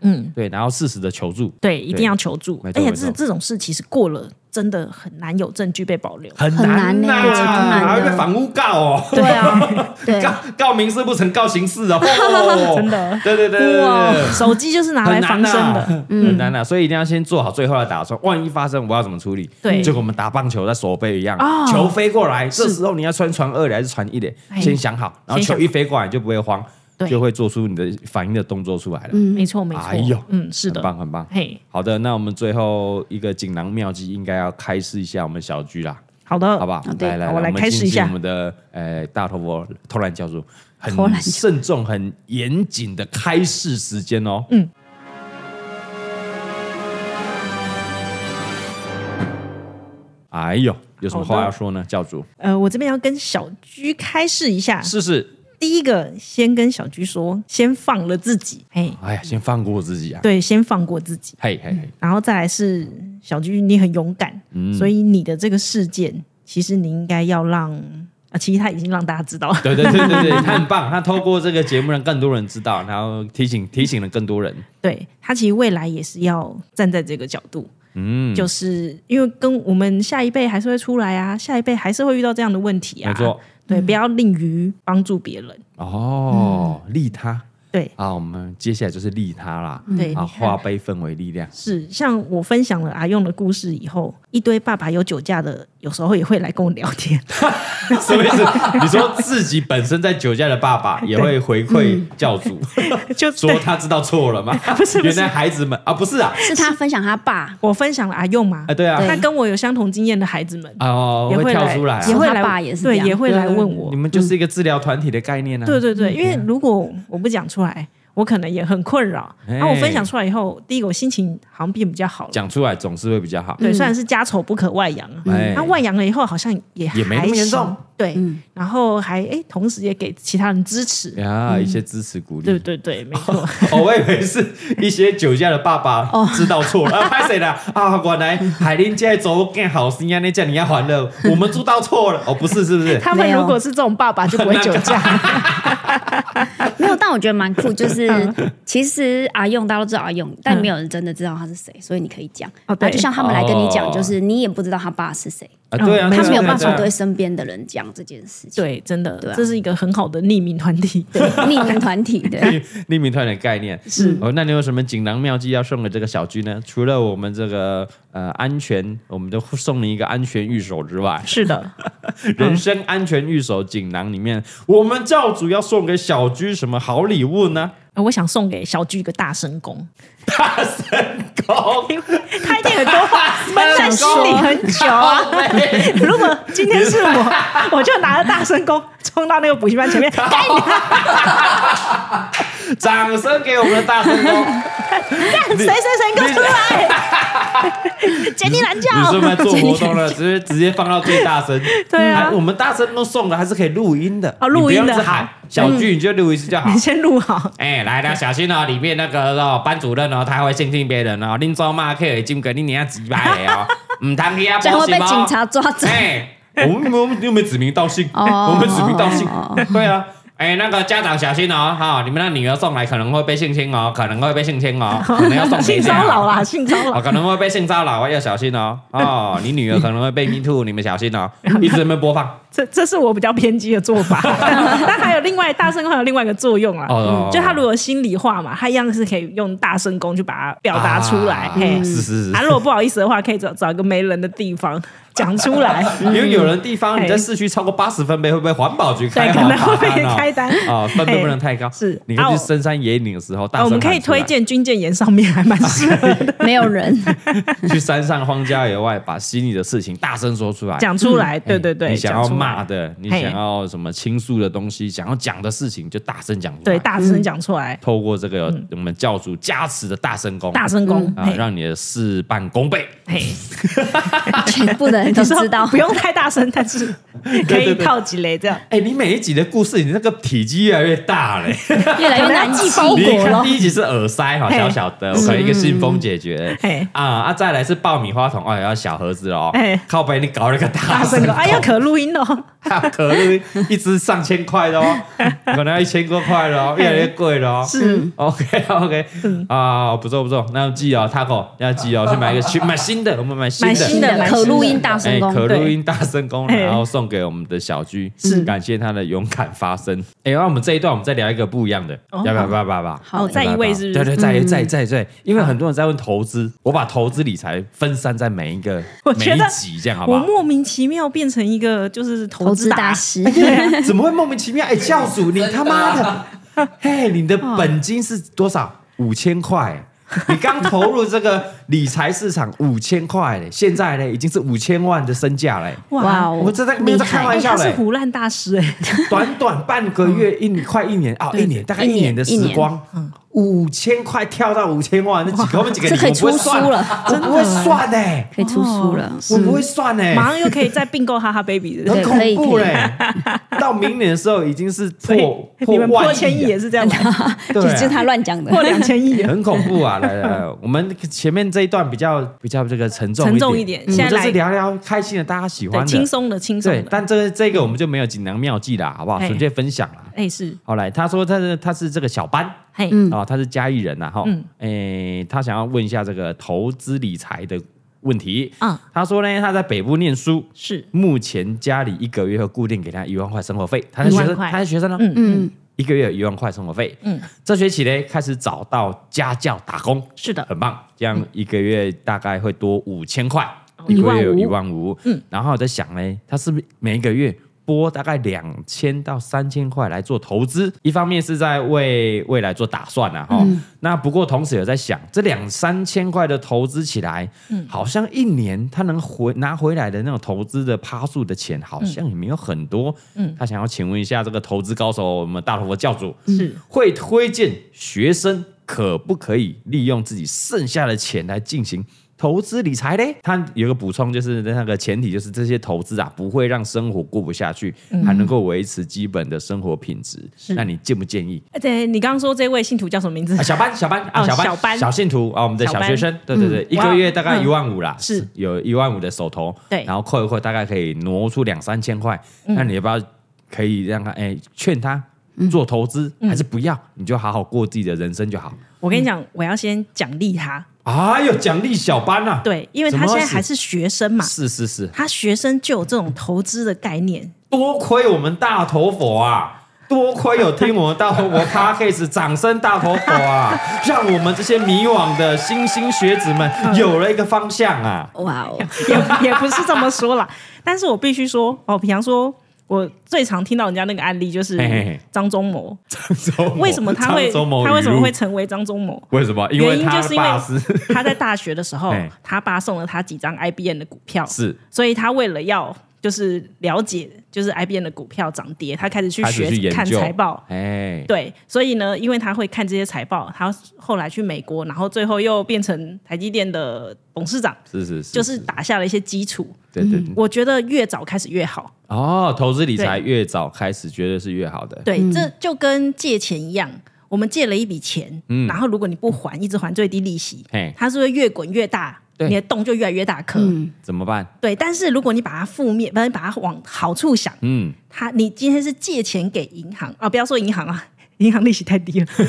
[SPEAKER 3] 嗯，
[SPEAKER 1] 对，然后适时的求助，
[SPEAKER 3] 对，一定要求助。
[SPEAKER 1] 没
[SPEAKER 3] 而
[SPEAKER 1] 错
[SPEAKER 3] 且
[SPEAKER 1] 没
[SPEAKER 3] 这
[SPEAKER 1] 错
[SPEAKER 3] 这种事其实过了，真的很难有证据被保留。
[SPEAKER 1] 很
[SPEAKER 2] 很难
[SPEAKER 1] 呐、
[SPEAKER 2] 呢超难的
[SPEAKER 1] 还会被反诬告哦，
[SPEAKER 2] 对啊， 对，
[SPEAKER 1] 告告民事不成告刑事哦，哦
[SPEAKER 3] 真的，
[SPEAKER 1] 对对对对对
[SPEAKER 3] 哇
[SPEAKER 1] 对，，
[SPEAKER 3] 手机就是拿来
[SPEAKER 1] 很
[SPEAKER 3] 防
[SPEAKER 1] 难啊
[SPEAKER 3] 身
[SPEAKER 1] 呐、
[SPEAKER 3] 的。嗯
[SPEAKER 1] 很难啊呐、所以一定要先做好最后的打算，万一发生，我要怎么处理？
[SPEAKER 3] 对
[SPEAKER 1] 就跟我们打棒球在手背一样，
[SPEAKER 3] 哦
[SPEAKER 1] 球飞过来，这时候你要穿传二垒还是传一垒，
[SPEAKER 3] 哎
[SPEAKER 1] 先想好，然后
[SPEAKER 3] 先
[SPEAKER 1] 球
[SPEAKER 3] 想
[SPEAKER 1] 一飞过来你就不会慌，
[SPEAKER 3] 对
[SPEAKER 1] 就会做出你的反应的动作出来了。
[SPEAKER 3] 没错，没错。
[SPEAKER 1] 哎呦
[SPEAKER 3] 嗯，是
[SPEAKER 1] 很
[SPEAKER 3] 的，
[SPEAKER 1] 棒，很棒。
[SPEAKER 3] 嘿，
[SPEAKER 1] 好的，那我们最后一个锦囊妙计应该要开示一下我们小居啦，
[SPEAKER 3] 好的，
[SPEAKER 1] 好不好？
[SPEAKER 2] 对
[SPEAKER 1] 来来，
[SPEAKER 3] 嗯啊好我来
[SPEAKER 1] 我们
[SPEAKER 3] 开示一
[SPEAKER 1] 进行
[SPEAKER 3] 下
[SPEAKER 1] 我们的呃大头佛偷懒教主，
[SPEAKER 2] 偷
[SPEAKER 1] 很
[SPEAKER 2] 懒教主
[SPEAKER 1] 慎重、很严谨的开示时间哦。嗯。哎呦，有什么
[SPEAKER 3] 好的
[SPEAKER 1] 话要说呢，教主？
[SPEAKER 3] 呃，我这边要跟小居开示一下。
[SPEAKER 1] 试试。
[SPEAKER 3] 第一个，先跟小居说，先放了自己，嘿，
[SPEAKER 1] 哎呀，先放过我自己啊！
[SPEAKER 3] 对，先放过自己，
[SPEAKER 1] 嘿嘿嘿，
[SPEAKER 3] 然后再来是小居，你很勇敢，
[SPEAKER 1] 嗯
[SPEAKER 3] 所以你的这个事件，其实你应该要让啊，其实他已经让大家知道了，
[SPEAKER 1] 对对对对对， 他很棒，他透过这个节目让更多人知道，然后提醒提醒了更多人。
[SPEAKER 3] 对他其实未来也是要站在这个角度，
[SPEAKER 1] 嗯，
[SPEAKER 3] 就是因为跟我们下一辈还是会出来啊，下一辈还是会遇到这样的问题啊，
[SPEAKER 1] 没错，。
[SPEAKER 2] 嗯
[SPEAKER 3] 对，不要吝于帮助别人，
[SPEAKER 1] 哦，
[SPEAKER 3] 嗯
[SPEAKER 1] 利他
[SPEAKER 3] 对
[SPEAKER 1] 啊，我们接下来就是利他啦。
[SPEAKER 3] 嗯对，你
[SPEAKER 1] 啊，
[SPEAKER 3] 看
[SPEAKER 1] 化悲愤为力量。
[SPEAKER 3] 是，像我分享了阿用的故事以后，一堆爸爸有酒驾的，有时候也会来跟我聊天。
[SPEAKER 1] 什么意思？你说自己本身在酒驾的爸爸也会回馈教主，
[SPEAKER 3] 就
[SPEAKER 1] 说他知道错了吗？不是，原来孩子们啊，不是啊，
[SPEAKER 2] 是他分享他爸，
[SPEAKER 3] 我分享了阿用嘛
[SPEAKER 1] 啊，，对啊，
[SPEAKER 2] 对
[SPEAKER 3] 那跟我有相同经验的孩子们
[SPEAKER 1] 哦，
[SPEAKER 3] 也
[SPEAKER 1] 会
[SPEAKER 3] 会
[SPEAKER 1] 跳
[SPEAKER 3] 来
[SPEAKER 1] 出来啊，啊
[SPEAKER 3] 也会
[SPEAKER 2] 他
[SPEAKER 3] 来
[SPEAKER 2] 爸也是
[SPEAKER 3] 对，
[SPEAKER 2] 这样
[SPEAKER 3] 也会来问
[SPEAKER 1] 你
[SPEAKER 3] 我。
[SPEAKER 1] 们就是一个治疗团体的概念啊。
[SPEAKER 3] 对对对，因为如果我不讲出来，我可能也很困扰。然后我分享出来以后，第一个我心情好像变比较好了。
[SPEAKER 1] 哎讲出来总是会比较好。
[SPEAKER 3] 对，虽然是家丑不可外扬啊，
[SPEAKER 1] 哎
[SPEAKER 3] 那外扬了以后好像也
[SPEAKER 1] 也没那么
[SPEAKER 3] 还
[SPEAKER 1] 严重嗯
[SPEAKER 3] 行。对，然后还哎，同时也给其他人支持。
[SPEAKER 1] 呀，一些支持鼓
[SPEAKER 3] 对
[SPEAKER 1] 励。
[SPEAKER 3] 对对，没错。
[SPEAKER 1] 嗯哦，我以为是一些酒驾的爸爸知道错了，拍谁啦？啊，原来海林家走更好心啊，那叫你要还了，我们知道错了。哦，不是，是不是？
[SPEAKER 3] 他们如果是这种爸爸，就不会酒 驾。
[SPEAKER 2] 没有，但我觉得蛮 酷，就是
[SPEAKER 3] 嗯
[SPEAKER 2] 其实阿用大家都知道阿用，但没有人真的知道他是谁，所以你可以讲。
[SPEAKER 3] 哦对
[SPEAKER 2] 然后就像他们来跟你讲，
[SPEAKER 1] 哦
[SPEAKER 2] 就是你也不知道他爸是谁，
[SPEAKER 1] 啊，对啊，
[SPEAKER 3] 嗯
[SPEAKER 2] 他没有
[SPEAKER 1] 对啊
[SPEAKER 2] 办
[SPEAKER 1] 对啊
[SPEAKER 2] 法对身边的人讲这件事情。
[SPEAKER 3] 对，真的，
[SPEAKER 2] 对啊
[SPEAKER 3] 这是一个很好的匿名团 体。
[SPEAKER 2] 对，匿名团体的
[SPEAKER 1] 匿名团的概念是哦。那你有什么锦囊妙计要送给这个小居呢？除了我们这个呃安全，我们就送你一个安全御守之外，
[SPEAKER 3] 是 的，
[SPEAKER 1] 人生安全御守锦囊里面，我们教主要送给小居什么好礼物呢？
[SPEAKER 3] 呃我想送给小鞠一个大神功，
[SPEAKER 1] 大神功，
[SPEAKER 3] 因为他一定很多话闷在心里很久啊。 如果今天是我， 我就拿着大神功冲到那个补习班 前面，
[SPEAKER 1] 掌声哦给我们的大神功！
[SPEAKER 3] 谁谁谁给我出来， 杰尼懒觉啊
[SPEAKER 1] 你是不是在做活动了？直接直接放到最大声。
[SPEAKER 3] 对啊
[SPEAKER 1] 还我们大声都送了，还是可以录音的
[SPEAKER 3] 哦录音的
[SPEAKER 1] 你
[SPEAKER 3] 嗯
[SPEAKER 1] 不用一直喊小剧你就录一次就好
[SPEAKER 3] 你。先录好，
[SPEAKER 1] 哎、来了，小心哦！里面那个哦，班主任哦，他会性侵别人哦。恁做骂客已经给恁娘几百 了哦，唔通去啊，
[SPEAKER 2] 这样
[SPEAKER 1] 报
[SPEAKER 2] 会
[SPEAKER 1] 警
[SPEAKER 2] 被警
[SPEAKER 1] 哦。
[SPEAKER 2] 察抓 走。
[SPEAKER 1] 哎、我们我们又没指名道姓，
[SPEAKER 2] 哦
[SPEAKER 1] 我们指名道姓
[SPEAKER 2] 哦，
[SPEAKER 1] 对啊。哎、那个家长小心哦，哈、你们那女儿送来可能会被性侵哦，可能会被性侵 哦，可能要送回
[SPEAKER 3] 性
[SPEAKER 1] 家
[SPEAKER 3] 骚扰啦，性骚扰
[SPEAKER 1] 哦，。可能会被性骚扰，要小心哦。哦，你女儿可能会被 me too，你们小心 哦。一直在那边播放，
[SPEAKER 3] 这这是我比较偏激的做 法。但还有另外大声功还有另外一个作用啊，
[SPEAKER 1] 哦
[SPEAKER 3] 嗯就他如果心里话嘛，他一样是可以用大声功去把它表达出来。
[SPEAKER 1] 啊
[SPEAKER 3] 嘿，
[SPEAKER 1] 是是是
[SPEAKER 3] 啊，如果不好意思的话，可以找找一个没人的地方讲出来。
[SPEAKER 1] 因为有人地方
[SPEAKER 3] 嗯嘿
[SPEAKER 1] 你在市区超过八十分贝，会不会环保局开
[SPEAKER 3] 对，可
[SPEAKER 1] 罚
[SPEAKER 3] 能会
[SPEAKER 1] 单
[SPEAKER 3] 被
[SPEAKER 1] 哦
[SPEAKER 3] 开单。
[SPEAKER 1] 哦，分贝不能太高。
[SPEAKER 3] 是
[SPEAKER 1] 你可以
[SPEAKER 3] 啊
[SPEAKER 1] 去
[SPEAKER 3] 我
[SPEAKER 1] 深山野岭的时候，大
[SPEAKER 3] 啊，我们
[SPEAKER 1] 声
[SPEAKER 3] 可以
[SPEAKER 1] 喊出来
[SPEAKER 3] 推荐军舰岩上面还蛮适 合的，
[SPEAKER 2] 没有人，
[SPEAKER 1] 去山上荒郊野外，把心里的事情大声说出来。
[SPEAKER 3] 讲出来。
[SPEAKER 1] 嘿
[SPEAKER 3] 对对对，
[SPEAKER 1] 哎你想要
[SPEAKER 3] 讲出来
[SPEAKER 1] 骂，的，你
[SPEAKER 3] 嘿
[SPEAKER 1] 想要什么倾诉的东西，想要讲的事情，就大声讲出来。
[SPEAKER 3] 对，大声讲出
[SPEAKER 1] 嗯
[SPEAKER 3] 来，
[SPEAKER 1] 透过这个我们教主加持的大声功，
[SPEAKER 3] 大声功，
[SPEAKER 1] 啊
[SPEAKER 3] 嘿，
[SPEAKER 1] 让你的事半功倍。
[SPEAKER 3] 嘿，
[SPEAKER 2] 全部的人都
[SPEAKER 3] 你说
[SPEAKER 2] 知道
[SPEAKER 3] 不。用太大声，但 是可以套几雷这样。
[SPEAKER 1] 哎、你每一集的故事，你那个体积越来越大嘞。
[SPEAKER 2] 越来越难记包
[SPEAKER 1] 你看第一集是耳塞哈，
[SPEAKER 3] 嘿嗯
[SPEAKER 1] 小小的，我可能一个信封解决
[SPEAKER 3] 嘿。
[SPEAKER 1] 啊啊，再来是爆米花桶，哦，要小盒子哦
[SPEAKER 3] 嘿。
[SPEAKER 1] 靠背你搞了个
[SPEAKER 3] 大
[SPEAKER 1] 大
[SPEAKER 3] 声
[SPEAKER 1] 声
[SPEAKER 3] 个，
[SPEAKER 1] 公，
[SPEAKER 3] 哎呀，可录音哦，
[SPEAKER 1] 大可乐一支上千块 的哦，可能要一千多块的哦，越来越贵了哦。
[SPEAKER 3] 是嗯
[SPEAKER 1] OK OK，啊，不错不错，那要记哦，Taco 要记 哦，去买一个去买新的，我们买新
[SPEAKER 3] 买
[SPEAKER 1] 的。
[SPEAKER 3] 新的
[SPEAKER 2] 可录音大声
[SPEAKER 1] 哎，
[SPEAKER 2] 公，
[SPEAKER 1] 可录音大声公，
[SPEAKER 3] 对
[SPEAKER 1] 然后送给我们的小居，感谢他的勇敢发声。哎，那我们这一段我们再聊一个不一样的，
[SPEAKER 3] 哦
[SPEAKER 1] 要不要？不要不要不要。
[SPEAKER 2] 好
[SPEAKER 3] 哦，再一位是嗯
[SPEAKER 1] 对
[SPEAKER 3] 不
[SPEAKER 1] 对，
[SPEAKER 3] 是？
[SPEAKER 1] 再再再再，因为很多人在问投资，我把投资理财分散在每一个
[SPEAKER 3] 我
[SPEAKER 1] 每
[SPEAKER 3] 觉得
[SPEAKER 1] 一集，这样好不
[SPEAKER 3] 我
[SPEAKER 1] 好？
[SPEAKER 3] 莫名其妙变成一个就是
[SPEAKER 2] 投
[SPEAKER 3] 投
[SPEAKER 2] 资
[SPEAKER 3] 资
[SPEAKER 2] 大
[SPEAKER 3] 大
[SPEAKER 2] 师，
[SPEAKER 1] 啊
[SPEAKER 3] 啊
[SPEAKER 1] 怎么会莫名其妙？哎，教主，你他妈 的，嘿，你的本金是多少？五千 块。你刚投入这个理财市场五千块嘞，现在呢已经是五千万的身价嘞。
[SPEAKER 2] 哇
[SPEAKER 3] 哇
[SPEAKER 2] 哦，
[SPEAKER 1] 我们这在没有在开
[SPEAKER 3] 哎
[SPEAKER 1] 玩笑
[SPEAKER 3] 他是
[SPEAKER 1] 嘞，
[SPEAKER 3] 胡乱大师哎，
[SPEAKER 1] 短短半个月
[SPEAKER 3] 嗯
[SPEAKER 1] 一快一年啊，一年大概一年的时光，五千块跳到五千万，那几个我们几个
[SPEAKER 2] 这可以
[SPEAKER 1] 我不会
[SPEAKER 2] 出书
[SPEAKER 1] 算
[SPEAKER 2] 了，
[SPEAKER 1] 我不会算哎。
[SPEAKER 2] 可以出书
[SPEAKER 3] 哦
[SPEAKER 2] 了。
[SPEAKER 1] 我不会算哎、
[SPEAKER 3] 马上又可以再并购哈 哈 baby 的
[SPEAKER 1] 很
[SPEAKER 2] 对，
[SPEAKER 1] 恐
[SPEAKER 2] 可以
[SPEAKER 1] 怖
[SPEAKER 2] 可以
[SPEAKER 1] 嘞、到明年的时候已经是
[SPEAKER 3] 所
[SPEAKER 1] 破
[SPEAKER 3] 以你们
[SPEAKER 1] 万
[SPEAKER 3] 破千亿
[SPEAKER 1] 亿
[SPEAKER 3] 也
[SPEAKER 1] 啊，
[SPEAKER 3] 是这样玩，
[SPEAKER 1] 对啊
[SPEAKER 2] 就是他乱讲的
[SPEAKER 3] 破。两千亿
[SPEAKER 1] 很恐怖啊！来来来，我们前面这一段比较比较这个沉重
[SPEAKER 3] 沉重一
[SPEAKER 1] 点
[SPEAKER 3] 点，
[SPEAKER 1] 我
[SPEAKER 3] 现
[SPEAKER 1] 们
[SPEAKER 3] 在
[SPEAKER 1] 就
[SPEAKER 3] 来
[SPEAKER 1] 是聊聊开心的，大家喜欢
[SPEAKER 3] 对，轻
[SPEAKER 1] 的。
[SPEAKER 3] 松的，轻松
[SPEAKER 1] 对，
[SPEAKER 3] 的，
[SPEAKER 1] 但这个这个我们就没有锦囊妙计啦，好不好？
[SPEAKER 3] 嘿
[SPEAKER 1] 纯粹分享啦。
[SPEAKER 3] 哎是，
[SPEAKER 1] 好来，他说他是他是这个小班
[SPEAKER 3] 嘿，
[SPEAKER 2] 嗯
[SPEAKER 1] 啊，他是嘉义人呐哈
[SPEAKER 3] 嗯，
[SPEAKER 1] 诶，他想要问一下这个投资理财的问题。
[SPEAKER 3] 嗯
[SPEAKER 1] 他说呢，他在北部念书，
[SPEAKER 3] 是，
[SPEAKER 1] 目前家里一个月会固定给他一万块生活费，他是学
[SPEAKER 3] 一
[SPEAKER 1] 生，
[SPEAKER 3] 万块
[SPEAKER 1] 他是学生呢，
[SPEAKER 3] 嗯嗯
[SPEAKER 2] 嗯，
[SPEAKER 1] 一个月有一万块生活费。
[SPEAKER 3] 嗯，
[SPEAKER 1] 这学期呢开始找到家教打工，
[SPEAKER 3] 是的，嗯
[SPEAKER 1] 很棒，这样一个月大概会多五千块，
[SPEAKER 3] 一
[SPEAKER 1] 一个
[SPEAKER 3] 万
[SPEAKER 1] 月有
[SPEAKER 3] 五
[SPEAKER 1] 一万五。嗯，然后我在想呢，他是不是每一个月？拨大概两千到三千块来做投资，一方面是在为未来做打算啊，哈、那不过同时也在想，这两三千块的投资起来，好像一年他能回拿回来的那种投资的趴数的钱，好像也没有很多。嗯，他想要请问一下这个投资高手，我们大头佛教主
[SPEAKER 3] 是
[SPEAKER 1] 会推荐学生可不可以利用自己剩下的钱来进行投资理财嘞？他有个补充，就是那个前提就是这些投资啊，不会让生活过不下去，
[SPEAKER 3] 嗯
[SPEAKER 1] 还能够维持基本的生活品质。那你建不建议？
[SPEAKER 3] 哎对，你刚刚说这位信徒叫什么名字
[SPEAKER 1] 啊，？小班，小班啊，
[SPEAKER 3] 哦
[SPEAKER 1] 小班，
[SPEAKER 3] 小班
[SPEAKER 1] 信徒啊，我们的
[SPEAKER 3] 小
[SPEAKER 1] 小
[SPEAKER 3] 班
[SPEAKER 1] 学生，对对对，一
[SPEAKER 3] 哇
[SPEAKER 1] 个月大概
[SPEAKER 3] 嗯
[SPEAKER 1] 一万五啦，
[SPEAKER 3] 是
[SPEAKER 1] 有一万五的手头，
[SPEAKER 3] 对嗯
[SPEAKER 1] 然后扣一扣，大概可以挪出两三千块，那你要不要可以让他哎劝他做投资，
[SPEAKER 3] 嗯
[SPEAKER 1] 还是不要？你就好好过自己的人生就好。
[SPEAKER 3] 我跟你讲，我要先奖励他，
[SPEAKER 1] 哎呦，奖励小班啊，
[SPEAKER 3] 对，因为
[SPEAKER 1] 怎
[SPEAKER 3] 他
[SPEAKER 1] 么
[SPEAKER 3] 现在
[SPEAKER 1] 是
[SPEAKER 3] 还是学生嘛，
[SPEAKER 1] 是是是，
[SPEAKER 3] 他学生就有这种投资的概念，
[SPEAKER 1] 多亏我们大头佛啊。多亏有听我们大头佛 podcast，掌声大头佛 啊！让我们这些迷惘的新兴学子们
[SPEAKER 3] 嗯
[SPEAKER 1] 有了一个方向啊！
[SPEAKER 2] 哇哦，
[SPEAKER 3] 也也不是这么说啦。但是我必须说，哦，比方说，我最常听到人家那个案例就是
[SPEAKER 1] 嘿嘿嘿
[SPEAKER 3] 张忠谋，
[SPEAKER 1] 周某
[SPEAKER 3] 为什么他会
[SPEAKER 1] 张周某
[SPEAKER 3] 他为什么
[SPEAKER 1] 语录
[SPEAKER 3] 会成为张忠谋？
[SPEAKER 1] 为什么？因
[SPEAKER 3] 原
[SPEAKER 1] 为
[SPEAKER 3] 因
[SPEAKER 1] 他
[SPEAKER 3] 就是因
[SPEAKER 1] 爸是
[SPEAKER 3] 为他在大学的时 候
[SPEAKER 1] 嘿，
[SPEAKER 3] 他爸送了他几张 IBM 的股票，
[SPEAKER 1] 是
[SPEAKER 3] 所以他为了要就是了解就是 IBM 的股票涨跌，他开始去
[SPEAKER 1] 开始
[SPEAKER 3] 学
[SPEAKER 1] 去研究
[SPEAKER 3] 看财报，
[SPEAKER 1] 哎，
[SPEAKER 3] 对，所以呢，因为他会看这些财报，他后来去美国，然后最后又变成台积电的董事长，
[SPEAKER 1] 是是嗯是，
[SPEAKER 3] 就是嗯打下了一些基础。
[SPEAKER 1] 对对对
[SPEAKER 3] 我觉得越早开始越好，
[SPEAKER 1] 哦，投资理财
[SPEAKER 3] 对
[SPEAKER 1] 越早开始，绝对是越好的。
[SPEAKER 3] 对，这就跟借钱一样。我们借了一笔钱，然后如果你不还，一直还最低利息
[SPEAKER 1] 嗯嘿，
[SPEAKER 3] 它是会越滚越大，
[SPEAKER 1] 对
[SPEAKER 3] 你的洞就越来越大颗。
[SPEAKER 1] 怎么办？
[SPEAKER 3] 对，但是如果你把它负面，不是把它往好处想，
[SPEAKER 1] 嗯，
[SPEAKER 3] 他你今天是借钱给银行啊，不要说银行啊， 银行利息太低了。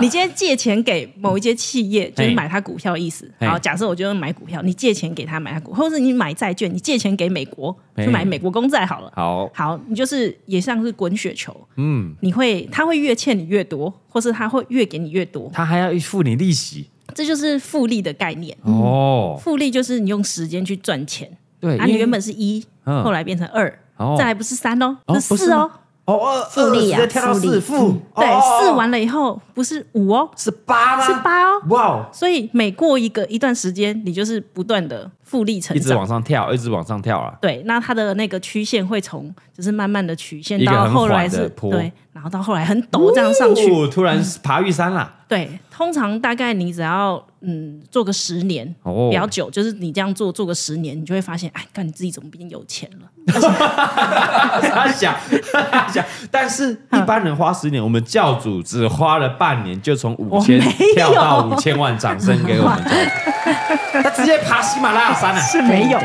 [SPEAKER 3] 你今天借钱给某一些企业，就是
[SPEAKER 1] 嘿
[SPEAKER 3] 买他股票的意思。
[SPEAKER 1] 嘿
[SPEAKER 3] 好，假设我就是买股票，你借钱给他买他股，或者是你买债券，你借钱给美国
[SPEAKER 1] 嘿
[SPEAKER 3] 去买美国公债好了。
[SPEAKER 1] 好，
[SPEAKER 3] 好，你就是也像是滚雪球，
[SPEAKER 1] 嗯，
[SPEAKER 3] 你会他会越欠你越多，或是他会越给你越多，
[SPEAKER 1] 他还要付你利息
[SPEAKER 3] 这就是复利的概念。
[SPEAKER 1] 哦。
[SPEAKER 3] 复利就是你用时间去赚钱，
[SPEAKER 1] 对，
[SPEAKER 3] 嗯啊，你
[SPEAKER 1] 因为
[SPEAKER 3] 原本是一，
[SPEAKER 1] 嗯
[SPEAKER 3] 后来变成二，
[SPEAKER 1] 哦
[SPEAKER 3] 再来不是三哦，
[SPEAKER 1] 哦
[SPEAKER 3] 是
[SPEAKER 1] 不是
[SPEAKER 3] 四哦
[SPEAKER 1] 吗。哦二
[SPEAKER 2] 复利啊
[SPEAKER 1] 二十再跳到
[SPEAKER 2] 复利
[SPEAKER 1] 四负，
[SPEAKER 3] 对，
[SPEAKER 1] 哦
[SPEAKER 3] 试完了以后不是五哦，
[SPEAKER 1] 是八吗？
[SPEAKER 3] 是，八哦。
[SPEAKER 1] 哇哦，
[SPEAKER 3] 所以每过一个一段时间，你就是不断的复利成
[SPEAKER 1] 一直
[SPEAKER 3] 长。
[SPEAKER 1] 往上跳，一直往上跳啊。
[SPEAKER 3] 对，那它的那个曲线会从就是慢慢的曲线
[SPEAKER 1] 一个
[SPEAKER 3] 到
[SPEAKER 1] 很
[SPEAKER 3] 后来
[SPEAKER 1] 缓的
[SPEAKER 3] 是
[SPEAKER 1] 坡
[SPEAKER 3] 对，然哦后到后来很陡这样上去。
[SPEAKER 1] 哦，突然爬玉山啦。
[SPEAKER 3] 对，通常大概你只要嗯，做个十年，
[SPEAKER 1] 哦
[SPEAKER 3] 比较久，就是你这样做做个十年，你就会发现，哎，看你自己怎么变有钱了。
[SPEAKER 1] 他想，他想，但是一般人花十年，我们教主只花了半年，就从五千
[SPEAKER 3] 我哦没有
[SPEAKER 1] 跳到五千万，掌声给我们 教主，他直接爬喜马拉雅山了、
[SPEAKER 3] 是没有，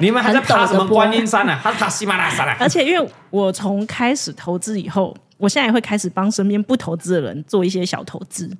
[SPEAKER 1] 你们还在爬什么
[SPEAKER 2] 很陡的坡
[SPEAKER 1] 观音山呢、啊他爬喜马拉雅山了、
[SPEAKER 3] 而且因为我从开始投资以后，我现在也会开始帮身边不投资的人做一些小投资。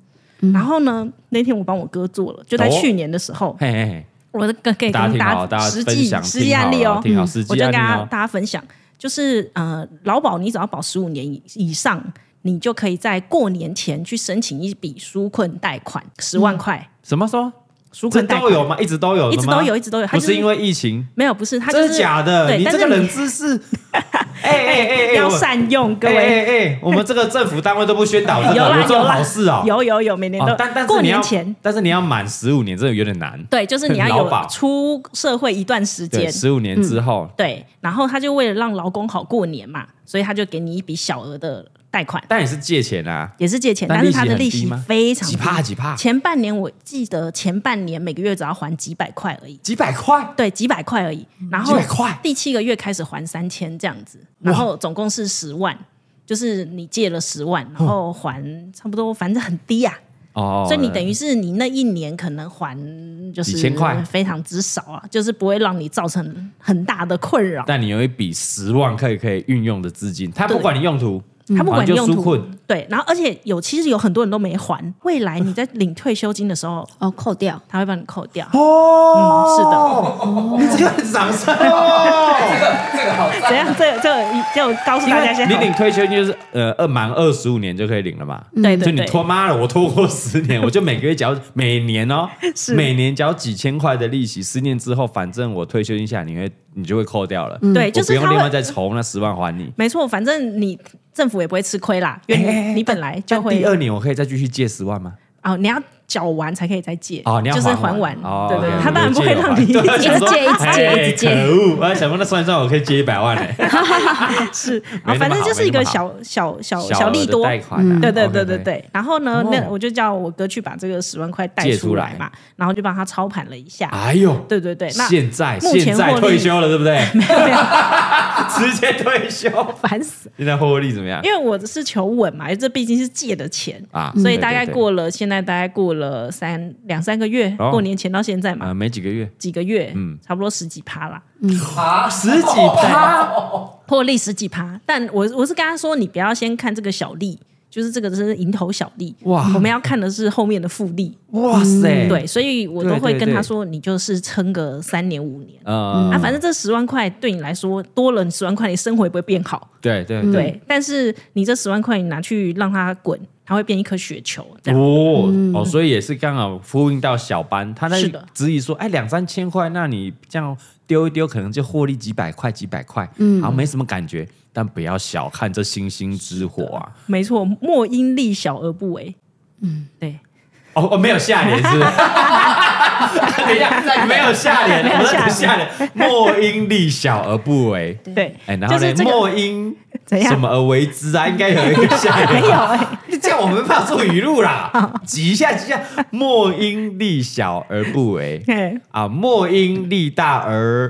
[SPEAKER 3] 然后呢，那天我帮我哥做了，就在
[SPEAKER 1] 嗯哦
[SPEAKER 3] 去年的时候，
[SPEAKER 1] 嘿嘿嘿，
[SPEAKER 3] 我跟可以
[SPEAKER 1] 大家
[SPEAKER 3] 跟
[SPEAKER 1] 听好，大
[SPEAKER 3] 家
[SPEAKER 1] 家
[SPEAKER 3] 实
[SPEAKER 1] 分
[SPEAKER 3] 际
[SPEAKER 1] 享
[SPEAKER 3] 实际案例哦，
[SPEAKER 1] 挺好，实
[SPEAKER 3] 我
[SPEAKER 1] 际
[SPEAKER 3] 就
[SPEAKER 1] 案
[SPEAKER 3] 跟大家
[SPEAKER 1] 例哦。
[SPEAKER 3] 大家分享，就是呃，劳保你只要保十五年以以上，你就可以在过年前去申请一笔纾困贷款，十万块
[SPEAKER 1] 什么说？
[SPEAKER 3] 纾
[SPEAKER 1] 嗯这
[SPEAKER 3] 困贷
[SPEAKER 1] 都
[SPEAKER 3] 款，
[SPEAKER 1] 有吗？一直都有的吗，
[SPEAKER 3] 一直都有，一直都有，它
[SPEAKER 1] 不
[SPEAKER 3] 就是
[SPEAKER 1] 因为疫情，
[SPEAKER 3] 没有，不是，它就
[SPEAKER 1] 真
[SPEAKER 3] 是
[SPEAKER 1] 的假的？
[SPEAKER 3] 对，
[SPEAKER 1] 你
[SPEAKER 3] 但
[SPEAKER 1] 这
[SPEAKER 3] 是
[SPEAKER 1] 个冷
[SPEAKER 3] 你
[SPEAKER 1] 知 识，哎哎哎哎，
[SPEAKER 3] 要
[SPEAKER 1] 我
[SPEAKER 3] 善用，各
[SPEAKER 1] 哎
[SPEAKER 3] 位。
[SPEAKER 1] 哎哎，我们这个政府单位都不宣导 这
[SPEAKER 3] 有
[SPEAKER 1] 个，有
[SPEAKER 3] 啦
[SPEAKER 1] 这
[SPEAKER 3] 有
[SPEAKER 1] 种
[SPEAKER 3] 啦
[SPEAKER 1] 好事哦。
[SPEAKER 3] 有有有，每年
[SPEAKER 1] 哦
[SPEAKER 3] 都，
[SPEAKER 1] 但但是
[SPEAKER 3] 过
[SPEAKER 1] 你要
[SPEAKER 3] 年前，，
[SPEAKER 1] 但是你要满十五年，真的有点难。
[SPEAKER 3] 对，就是你要
[SPEAKER 1] 劳
[SPEAKER 3] 有
[SPEAKER 1] 保
[SPEAKER 3] 出社会一段时间
[SPEAKER 1] 对，，十五
[SPEAKER 3] 嗯
[SPEAKER 1] 年之后，
[SPEAKER 3] 对，然后他就为了让劳工好过年嘛，所以他就给你一笔小额的贷款，
[SPEAKER 1] 但也是借钱啊，
[SPEAKER 3] 也是借钱，
[SPEAKER 1] 但
[SPEAKER 3] 但是他的
[SPEAKER 1] 利
[SPEAKER 3] 利
[SPEAKER 1] 息很低
[SPEAKER 3] 息
[SPEAKER 1] 吗
[SPEAKER 3] 非常
[SPEAKER 1] 几
[SPEAKER 3] 低
[SPEAKER 1] 帕几帕，
[SPEAKER 3] 前半年我记得前半年每个月只要还几百块而已，
[SPEAKER 1] 几百块，
[SPEAKER 3] 对，几百块而已。然
[SPEAKER 1] 嗯几
[SPEAKER 3] 后
[SPEAKER 1] 百块，
[SPEAKER 3] 第七个月开始还三千这样子，然后总共是十万，就是你借了十万，然后还差不多，反正很低啊呀、
[SPEAKER 1] 哦，
[SPEAKER 3] 所以你等于是你那一年可能还就是
[SPEAKER 1] 几千块
[SPEAKER 3] 非常之少啊，就是不会让你造成很大的困扰。
[SPEAKER 1] 但你有一笔十万可以可以运用的资金，它不
[SPEAKER 3] 对
[SPEAKER 1] 管你用途，
[SPEAKER 3] 他不管
[SPEAKER 1] 就
[SPEAKER 3] 用
[SPEAKER 1] 纾
[SPEAKER 3] 途，
[SPEAKER 1] 困，
[SPEAKER 3] 对，然后而且有其实有很多人都没还，未来你在领退休金的时候，
[SPEAKER 2] 哦，扣掉，
[SPEAKER 3] 他会帮你扣掉。
[SPEAKER 1] 哦，是的，你这个掌声哦，
[SPEAKER 4] 这个好赞
[SPEAKER 3] 怎样？这这就告诉
[SPEAKER 1] 因
[SPEAKER 3] 大家
[SPEAKER 1] 为
[SPEAKER 3] 先
[SPEAKER 1] 你
[SPEAKER 3] 好
[SPEAKER 1] 领退休金就是呃二满二十五年就可以领了嘛。
[SPEAKER 3] 嗯对
[SPEAKER 1] 所
[SPEAKER 3] 对
[SPEAKER 1] 以你
[SPEAKER 3] 对，
[SPEAKER 1] 拖妈了，我拖过十年，我就每个月缴，每年哦，
[SPEAKER 3] 是
[SPEAKER 1] 每年缴几千块的利息，十年之后，反正我退休金下，你会你就会扣掉了，
[SPEAKER 3] 嗯对
[SPEAKER 1] 我
[SPEAKER 3] 就是
[SPEAKER 1] 不用
[SPEAKER 3] 他会
[SPEAKER 1] 另外再筹那十万还你。
[SPEAKER 3] 没错，反正你政府也不会吃亏
[SPEAKER 1] 哎
[SPEAKER 3] 啦，因为你,、你本来 就
[SPEAKER 1] 第
[SPEAKER 3] 会
[SPEAKER 1] 二年我可以再继续借十万吗？
[SPEAKER 3] 哦，你要缴完才可以再借
[SPEAKER 1] 哦，你要
[SPEAKER 3] 就是
[SPEAKER 1] 还
[SPEAKER 3] 还
[SPEAKER 1] 完
[SPEAKER 3] 完，
[SPEAKER 1] 哦
[SPEAKER 3] 对对，
[SPEAKER 1] OK，
[SPEAKER 3] 对他当然不会让你
[SPEAKER 1] 对我想说
[SPEAKER 2] 一直借一直借
[SPEAKER 1] 哎
[SPEAKER 2] 一直借
[SPEAKER 1] 可恶！我还想说，那算一算，我可以借一百万嘞，
[SPEAKER 3] 是，
[SPEAKER 1] 没那么
[SPEAKER 3] 啊，
[SPEAKER 1] 好
[SPEAKER 3] 反正就是一
[SPEAKER 1] 没那
[SPEAKER 3] 个
[SPEAKER 1] 么好
[SPEAKER 3] 小小小
[SPEAKER 1] 小额
[SPEAKER 3] 利
[SPEAKER 1] 的
[SPEAKER 3] 多，嗯
[SPEAKER 1] 贷款啊，
[SPEAKER 3] 对对
[SPEAKER 1] OK，
[SPEAKER 3] 对对对。然后呢，
[SPEAKER 1] 哦
[SPEAKER 3] 那我就叫我哥去把这个十万块带
[SPEAKER 1] 借出
[SPEAKER 3] 出
[SPEAKER 1] 来
[SPEAKER 3] 来嘛，然后就帮他操盘了一下，
[SPEAKER 1] 哎呦，
[SPEAKER 3] 对对对，那
[SPEAKER 1] 现在
[SPEAKER 3] 目前
[SPEAKER 1] 现在
[SPEAKER 3] 获利
[SPEAKER 1] 退休了，对不 对？ 直接退休，
[SPEAKER 3] 烦死，
[SPEAKER 1] 现在获利怎么样
[SPEAKER 3] 因为我是求稳嘛，这毕竟是借的钱。
[SPEAKER 1] 啊？
[SPEAKER 3] 所以
[SPEAKER 1] 对
[SPEAKER 3] 大
[SPEAKER 1] 对
[SPEAKER 3] 概
[SPEAKER 1] 对
[SPEAKER 3] 过了，现在大概过了三两三个月，
[SPEAKER 1] 哦
[SPEAKER 3] 过年前到现在嘛
[SPEAKER 1] 啊，，没几个月，
[SPEAKER 3] 几个月，
[SPEAKER 1] 嗯
[SPEAKER 3] 差不多十几趴啦，
[SPEAKER 4] 啊！
[SPEAKER 1] 十几趴，
[SPEAKER 3] 破利十几趴。但我我是跟他说，你不要先看这个小利，就是这个是蝇头小利，
[SPEAKER 1] 哇
[SPEAKER 3] 我们要看的是后面的复利。
[SPEAKER 1] 哇塞！
[SPEAKER 3] 嗯对，，所以我都
[SPEAKER 1] 对对
[SPEAKER 3] 会跟
[SPEAKER 1] 对
[SPEAKER 3] 他说，你就是撑个三年五年。
[SPEAKER 1] 呃
[SPEAKER 3] 啊，，反正这十万块对你来说多了，你十万块你生活也不会变好，
[SPEAKER 1] 对对
[SPEAKER 3] 嗯对。但是你这十万块你拿去让它滚，它会变一颗雪球，这样、嗯
[SPEAKER 1] 哦哦，所以也是刚好呼应到小班，他在
[SPEAKER 3] 是的
[SPEAKER 1] 质疑说，哎，两三千块，那你这样丢一丢，可能就获利几百块、几百块，嗯，好像没什么感觉，但不要小看这星星之火啊！
[SPEAKER 3] 没错。莫因利小而不为，嗯，对，
[SPEAKER 1] 哦哦，没有下联是 不是？等一下，没有下联，
[SPEAKER 3] 没有
[SPEAKER 1] 我在读下
[SPEAKER 3] 下
[SPEAKER 1] 联，莫因利小而不为。
[SPEAKER 3] 对，
[SPEAKER 1] 哎，然后
[SPEAKER 3] 就
[SPEAKER 1] 呢
[SPEAKER 3] 是？这个
[SPEAKER 1] 莫因
[SPEAKER 3] 怎样
[SPEAKER 1] 什么而为之啊？应该有一个下联。
[SPEAKER 3] 没有哎、
[SPEAKER 1] 你这样我们怕做语录 啦，挤一下挤一下，莫因利小而不 为
[SPEAKER 3] 嘿
[SPEAKER 1] 啊，莫因利大而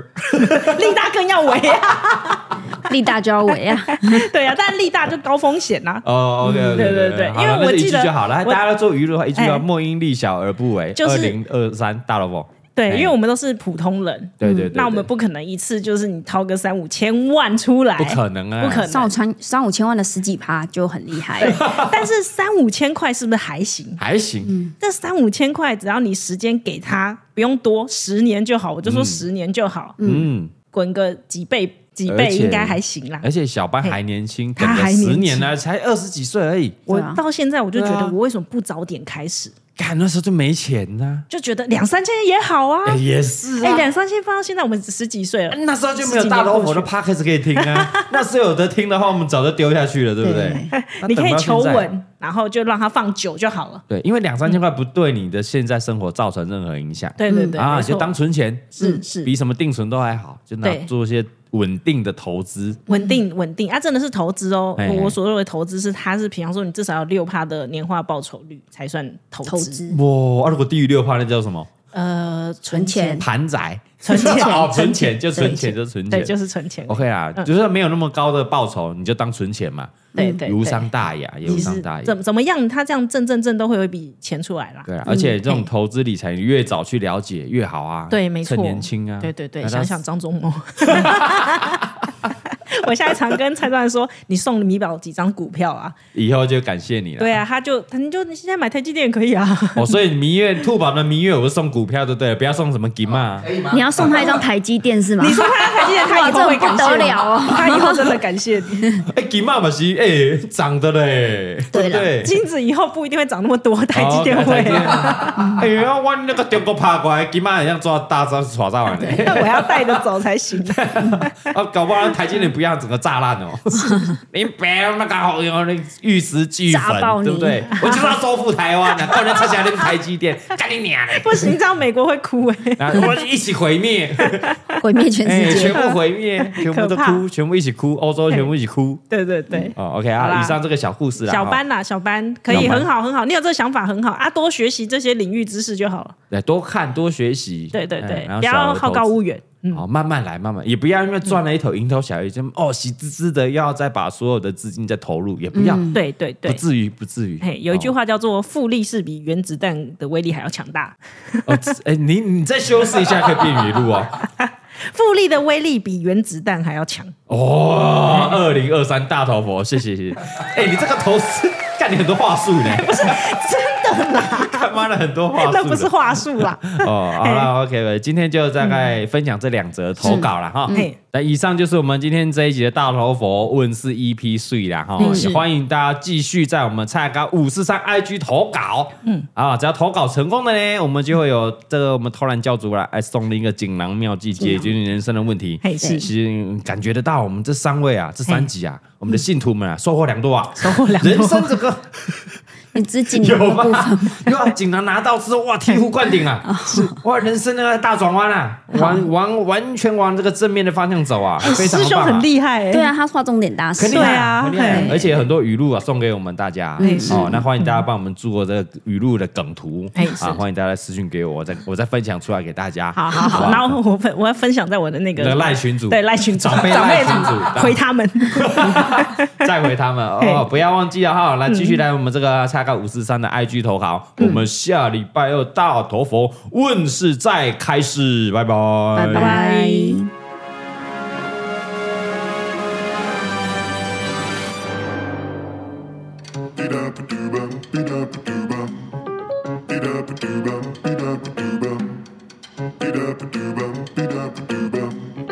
[SPEAKER 3] 力大更要为啊，
[SPEAKER 2] 力大就要围啊，
[SPEAKER 3] 对啊，但力大就高风险呐、啊。
[SPEAKER 1] 哦，OK，
[SPEAKER 3] 对对对因为我
[SPEAKER 1] 一
[SPEAKER 3] 记
[SPEAKER 1] 句
[SPEAKER 3] 得
[SPEAKER 1] 就好了，
[SPEAKER 3] 我
[SPEAKER 1] 大家要做语录的话，一句
[SPEAKER 3] 哎
[SPEAKER 1] 叫莫因利小而不为，
[SPEAKER 3] 就
[SPEAKER 1] 二
[SPEAKER 3] 是
[SPEAKER 1] 零二三大萝卜，
[SPEAKER 3] 对，因为
[SPEAKER 1] 哎
[SPEAKER 3] 我们都是普通人，
[SPEAKER 1] 对对对，
[SPEAKER 3] 嗯那我们
[SPEAKER 1] 对
[SPEAKER 3] 不可能一次就是你掏个三五千万出来，
[SPEAKER 1] 不可能啊，
[SPEAKER 3] 不 可
[SPEAKER 2] 三五
[SPEAKER 3] 能。
[SPEAKER 2] 千三五千万的十几趴就很厉害了，
[SPEAKER 3] 但是三五千块是不是还行？
[SPEAKER 1] 还行，
[SPEAKER 3] 这三五千块，只要你时间给他，不用多，十年就好。我就说十年就好，
[SPEAKER 1] 嗯，
[SPEAKER 3] 滚个几倍几
[SPEAKER 1] 而
[SPEAKER 3] 倍
[SPEAKER 1] 且哎
[SPEAKER 3] 应该还行啦
[SPEAKER 1] 而。且小班还年轻，
[SPEAKER 3] 啊他
[SPEAKER 1] 等了
[SPEAKER 3] 还年
[SPEAKER 1] 十年
[SPEAKER 3] 轻
[SPEAKER 1] 呢，才二十几岁而已，
[SPEAKER 3] 我
[SPEAKER 2] 对啊
[SPEAKER 3] 到现在我就觉
[SPEAKER 1] 对
[SPEAKER 3] 得，
[SPEAKER 1] 啊
[SPEAKER 3] 我为什么不早点开始？
[SPEAKER 1] 干那时候就没钱呐，
[SPEAKER 3] 就觉得两三千也好啊。
[SPEAKER 1] 哎也是
[SPEAKER 3] 哎，
[SPEAKER 1] 啊。
[SPEAKER 3] 两三千放到现在，我们十几岁了，
[SPEAKER 1] 那时候就没有大头佛的 podcast 可以听 啊，那时候有的听的话，我们早就丢下去了，对不对？那
[SPEAKER 3] 你
[SPEAKER 1] 等
[SPEAKER 3] 可以
[SPEAKER 1] 到
[SPEAKER 3] 求
[SPEAKER 1] 现在。
[SPEAKER 3] 稳，然后就让它放久就好了。
[SPEAKER 1] 对，因为两三千块不对你的现在生活造成任何影响。
[SPEAKER 3] 嗯对对对，
[SPEAKER 1] 啊，
[SPEAKER 3] 没
[SPEAKER 1] 就
[SPEAKER 3] 错
[SPEAKER 1] 当存钱，
[SPEAKER 3] 是是
[SPEAKER 1] 比什么定存都还好，就拿
[SPEAKER 3] 对
[SPEAKER 1] 做一些稳定的投资，
[SPEAKER 3] 稳
[SPEAKER 2] 嗯
[SPEAKER 3] 定稳定，啊，真的是投资哦。
[SPEAKER 1] 哎
[SPEAKER 3] 我所谓的投资是，它是比方说你至少要六趴的年化报酬率才算投
[SPEAKER 2] 投
[SPEAKER 3] 资。
[SPEAKER 2] 资
[SPEAKER 1] 哇！啊如果低于六趴，那叫什么？
[SPEAKER 3] 呃，
[SPEAKER 2] 存钱，
[SPEAKER 1] 盘仔，
[SPEAKER 3] 存钱
[SPEAKER 1] 哦，存钱
[SPEAKER 3] 存钱
[SPEAKER 1] 就存钱就存
[SPEAKER 3] 对，
[SPEAKER 1] 钱
[SPEAKER 3] 就是存钱。
[SPEAKER 1] ，OK 啊，就是没有那么高的报酬，你就当存钱嘛，
[SPEAKER 3] 对对，
[SPEAKER 1] 也无
[SPEAKER 3] 对
[SPEAKER 1] 伤大雅，也无
[SPEAKER 3] 其
[SPEAKER 1] 伤
[SPEAKER 3] 实
[SPEAKER 1] 大雅。
[SPEAKER 3] 怎怎么嗯样，他这样挣挣挣都会有一笔钱出来啦。
[SPEAKER 1] 对啊，而且这种投资理财，你越早去了解越好啊。
[SPEAKER 3] 对没错
[SPEAKER 1] 趁年轻啊。
[SPEAKER 3] 对对对，
[SPEAKER 1] 那
[SPEAKER 3] 想
[SPEAKER 1] 当
[SPEAKER 3] 想张忠谋。 我下一场跟蔡传说，你送米宝几张股票啊？
[SPEAKER 1] 以后就感谢你了。
[SPEAKER 3] 对啊，他就他就你现在买台积电也可以 啊。
[SPEAKER 1] 哦，所以明月兔宝的明月，我是送股票就对了，不要送什么金嘛。
[SPEAKER 4] 可以吗？
[SPEAKER 2] 你要送他一张台积电是吗？
[SPEAKER 3] 你说他台积电，他
[SPEAKER 2] 哇
[SPEAKER 3] 以后
[SPEAKER 2] 这
[SPEAKER 3] 会
[SPEAKER 2] 不
[SPEAKER 3] 感
[SPEAKER 2] 得
[SPEAKER 3] 谢你
[SPEAKER 2] 了哦
[SPEAKER 3] 他以后真的感谢你。
[SPEAKER 1] 哎，金嘛嘛是哎涨的嘞，
[SPEAKER 2] 对
[SPEAKER 1] 不对？哦
[SPEAKER 3] 金子以后不一定会涨那么多，台积电会啊。
[SPEAKER 1] 啊。哎呀，我那个中国爬过来，金嘛很像抓大招耍炸 完嘞。
[SPEAKER 3] 我要带着走才行。
[SPEAKER 1] 啊，搞不好台积电不要整个炸烂 哦。你别那个好用那玉石俱
[SPEAKER 2] 炸爆
[SPEAKER 1] 焚，
[SPEAKER 2] 你
[SPEAKER 1] 对不 对？我就是要收复台湾的，不能拆下那个台积电，干你娘 嘞！
[SPEAKER 3] 不行，这样美国会哭哎、
[SPEAKER 1] 然后我们一起毁 灭，
[SPEAKER 2] 毁灭全
[SPEAKER 1] 哎，
[SPEAKER 2] 世
[SPEAKER 1] 全
[SPEAKER 2] 界，
[SPEAKER 1] 部毁灭，全部都哭，全部一起哭，欧洲全部一起哭。
[SPEAKER 3] 对对对，
[SPEAKER 1] 哦，OK
[SPEAKER 3] 好
[SPEAKER 1] 啊，
[SPEAKER 3] 啦
[SPEAKER 1] 以上这个小故事啊，
[SPEAKER 3] 小
[SPEAKER 1] 哦
[SPEAKER 3] 班啦，小班可以
[SPEAKER 1] 小班
[SPEAKER 3] 很好很好，你有这个想法很好啊，多学习这些领域知识就好了。
[SPEAKER 1] 对，多看多学习，
[SPEAKER 3] 对对
[SPEAKER 1] 哎
[SPEAKER 3] 对
[SPEAKER 1] 然，后
[SPEAKER 3] 不
[SPEAKER 1] 小
[SPEAKER 3] 要
[SPEAKER 1] 额
[SPEAKER 3] 好高
[SPEAKER 1] 投资
[SPEAKER 3] 骛远。嗯，
[SPEAKER 1] 好，慢慢来，慢慢也不要因为赚了一头蝇头小利，就哦喜滋滋的，又要再把所有的资金再投入，也不要，
[SPEAKER 3] 对对
[SPEAKER 1] 不
[SPEAKER 3] 嗯对。
[SPEAKER 1] 至于，不至于。
[SPEAKER 3] 嘿，有一句
[SPEAKER 1] 哦，
[SPEAKER 3] 话叫做“复利是比原子弹的威力还要强大
[SPEAKER 1] 哦自哎，你你再修饰一下，可以变语录哦。”，
[SPEAKER 3] 复利的威力比原子弹还要强。
[SPEAKER 1] 哦，二零二三大头佛，谢谢谢谢。哎，你这个投资干你很多话术呢，哎不是真的啦， 干妈的很多话术的，
[SPEAKER 3] 那不是话术啦，
[SPEAKER 1] 哦，好了，OK，今天就大概分享这两则投稿了哈
[SPEAKER 3] 嘿。
[SPEAKER 1] 那以上就是我们今天这一集的大头佛问世 EP 碎啦哈，也欢迎大家继续在我们蔡高五四三 IG 投稿，嗯啊，只要投稿成功的呢，我们就会有这个我们偷懒教主来哎送另一个锦囊妙计，解决你人生的问题。
[SPEAKER 3] 嘿是
[SPEAKER 1] 其实感觉得到我们这三位啊，这三集啊，我们的信徒们啊，收获良多啊，收获
[SPEAKER 3] 良多
[SPEAKER 1] 人生这个。
[SPEAKER 2] 你只锦囊
[SPEAKER 1] 有
[SPEAKER 2] 的部分
[SPEAKER 1] 吗？有啊，锦囊拿到之后，哇，醍醐灌顶 啊！
[SPEAKER 3] 哦
[SPEAKER 1] 哇，人生那个大转弯啊，完完完全往这个正面的方向走啊， 非常
[SPEAKER 3] 哎师兄
[SPEAKER 1] 棒啊
[SPEAKER 3] 很！厉害哎、
[SPEAKER 2] 对啊，他画重点大师
[SPEAKER 1] 很，厉
[SPEAKER 3] 对
[SPEAKER 1] 害
[SPEAKER 3] 啊
[SPEAKER 1] 很厉害
[SPEAKER 3] 嘿
[SPEAKER 1] 而且很多语录啊，送给我们大家
[SPEAKER 3] 嗯是
[SPEAKER 1] 哦。那欢迎大家帮我们做这个语录的梗图
[SPEAKER 3] 哎是
[SPEAKER 1] 啊，欢迎大家私信给我，我再我再分享出来给大家。
[SPEAKER 3] 好好
[SPEAKER 1] 不
[SPEAKER 3] 好，然后我分我要分享在我的那
[SPEAKER 1] 那
[SPEAKER 3] 个
[SPEAKER 1] 个赖群组
[SPEAKER 3] 对赖群组
[SPEAKER 1] 长辈赖群组
[SPEAKER 3] 长辈回他们，
[SPEAKER 1] 再回 他们哦，不要忘记了哈，来继续来我们这个叉高五四三的 IG 投稿，
[SPEAKER 3] 嗯
[SPEAKER 1] 我们下礼拜二大头佛问世再开始，拜拜，
[SPEAKER 2] 拜拜。
[SPEAKER 5] Beat up a doobum, beat up a doobum. Beat up a doobum, beat up a doobum. Beat up a doobum, beat up a doobum.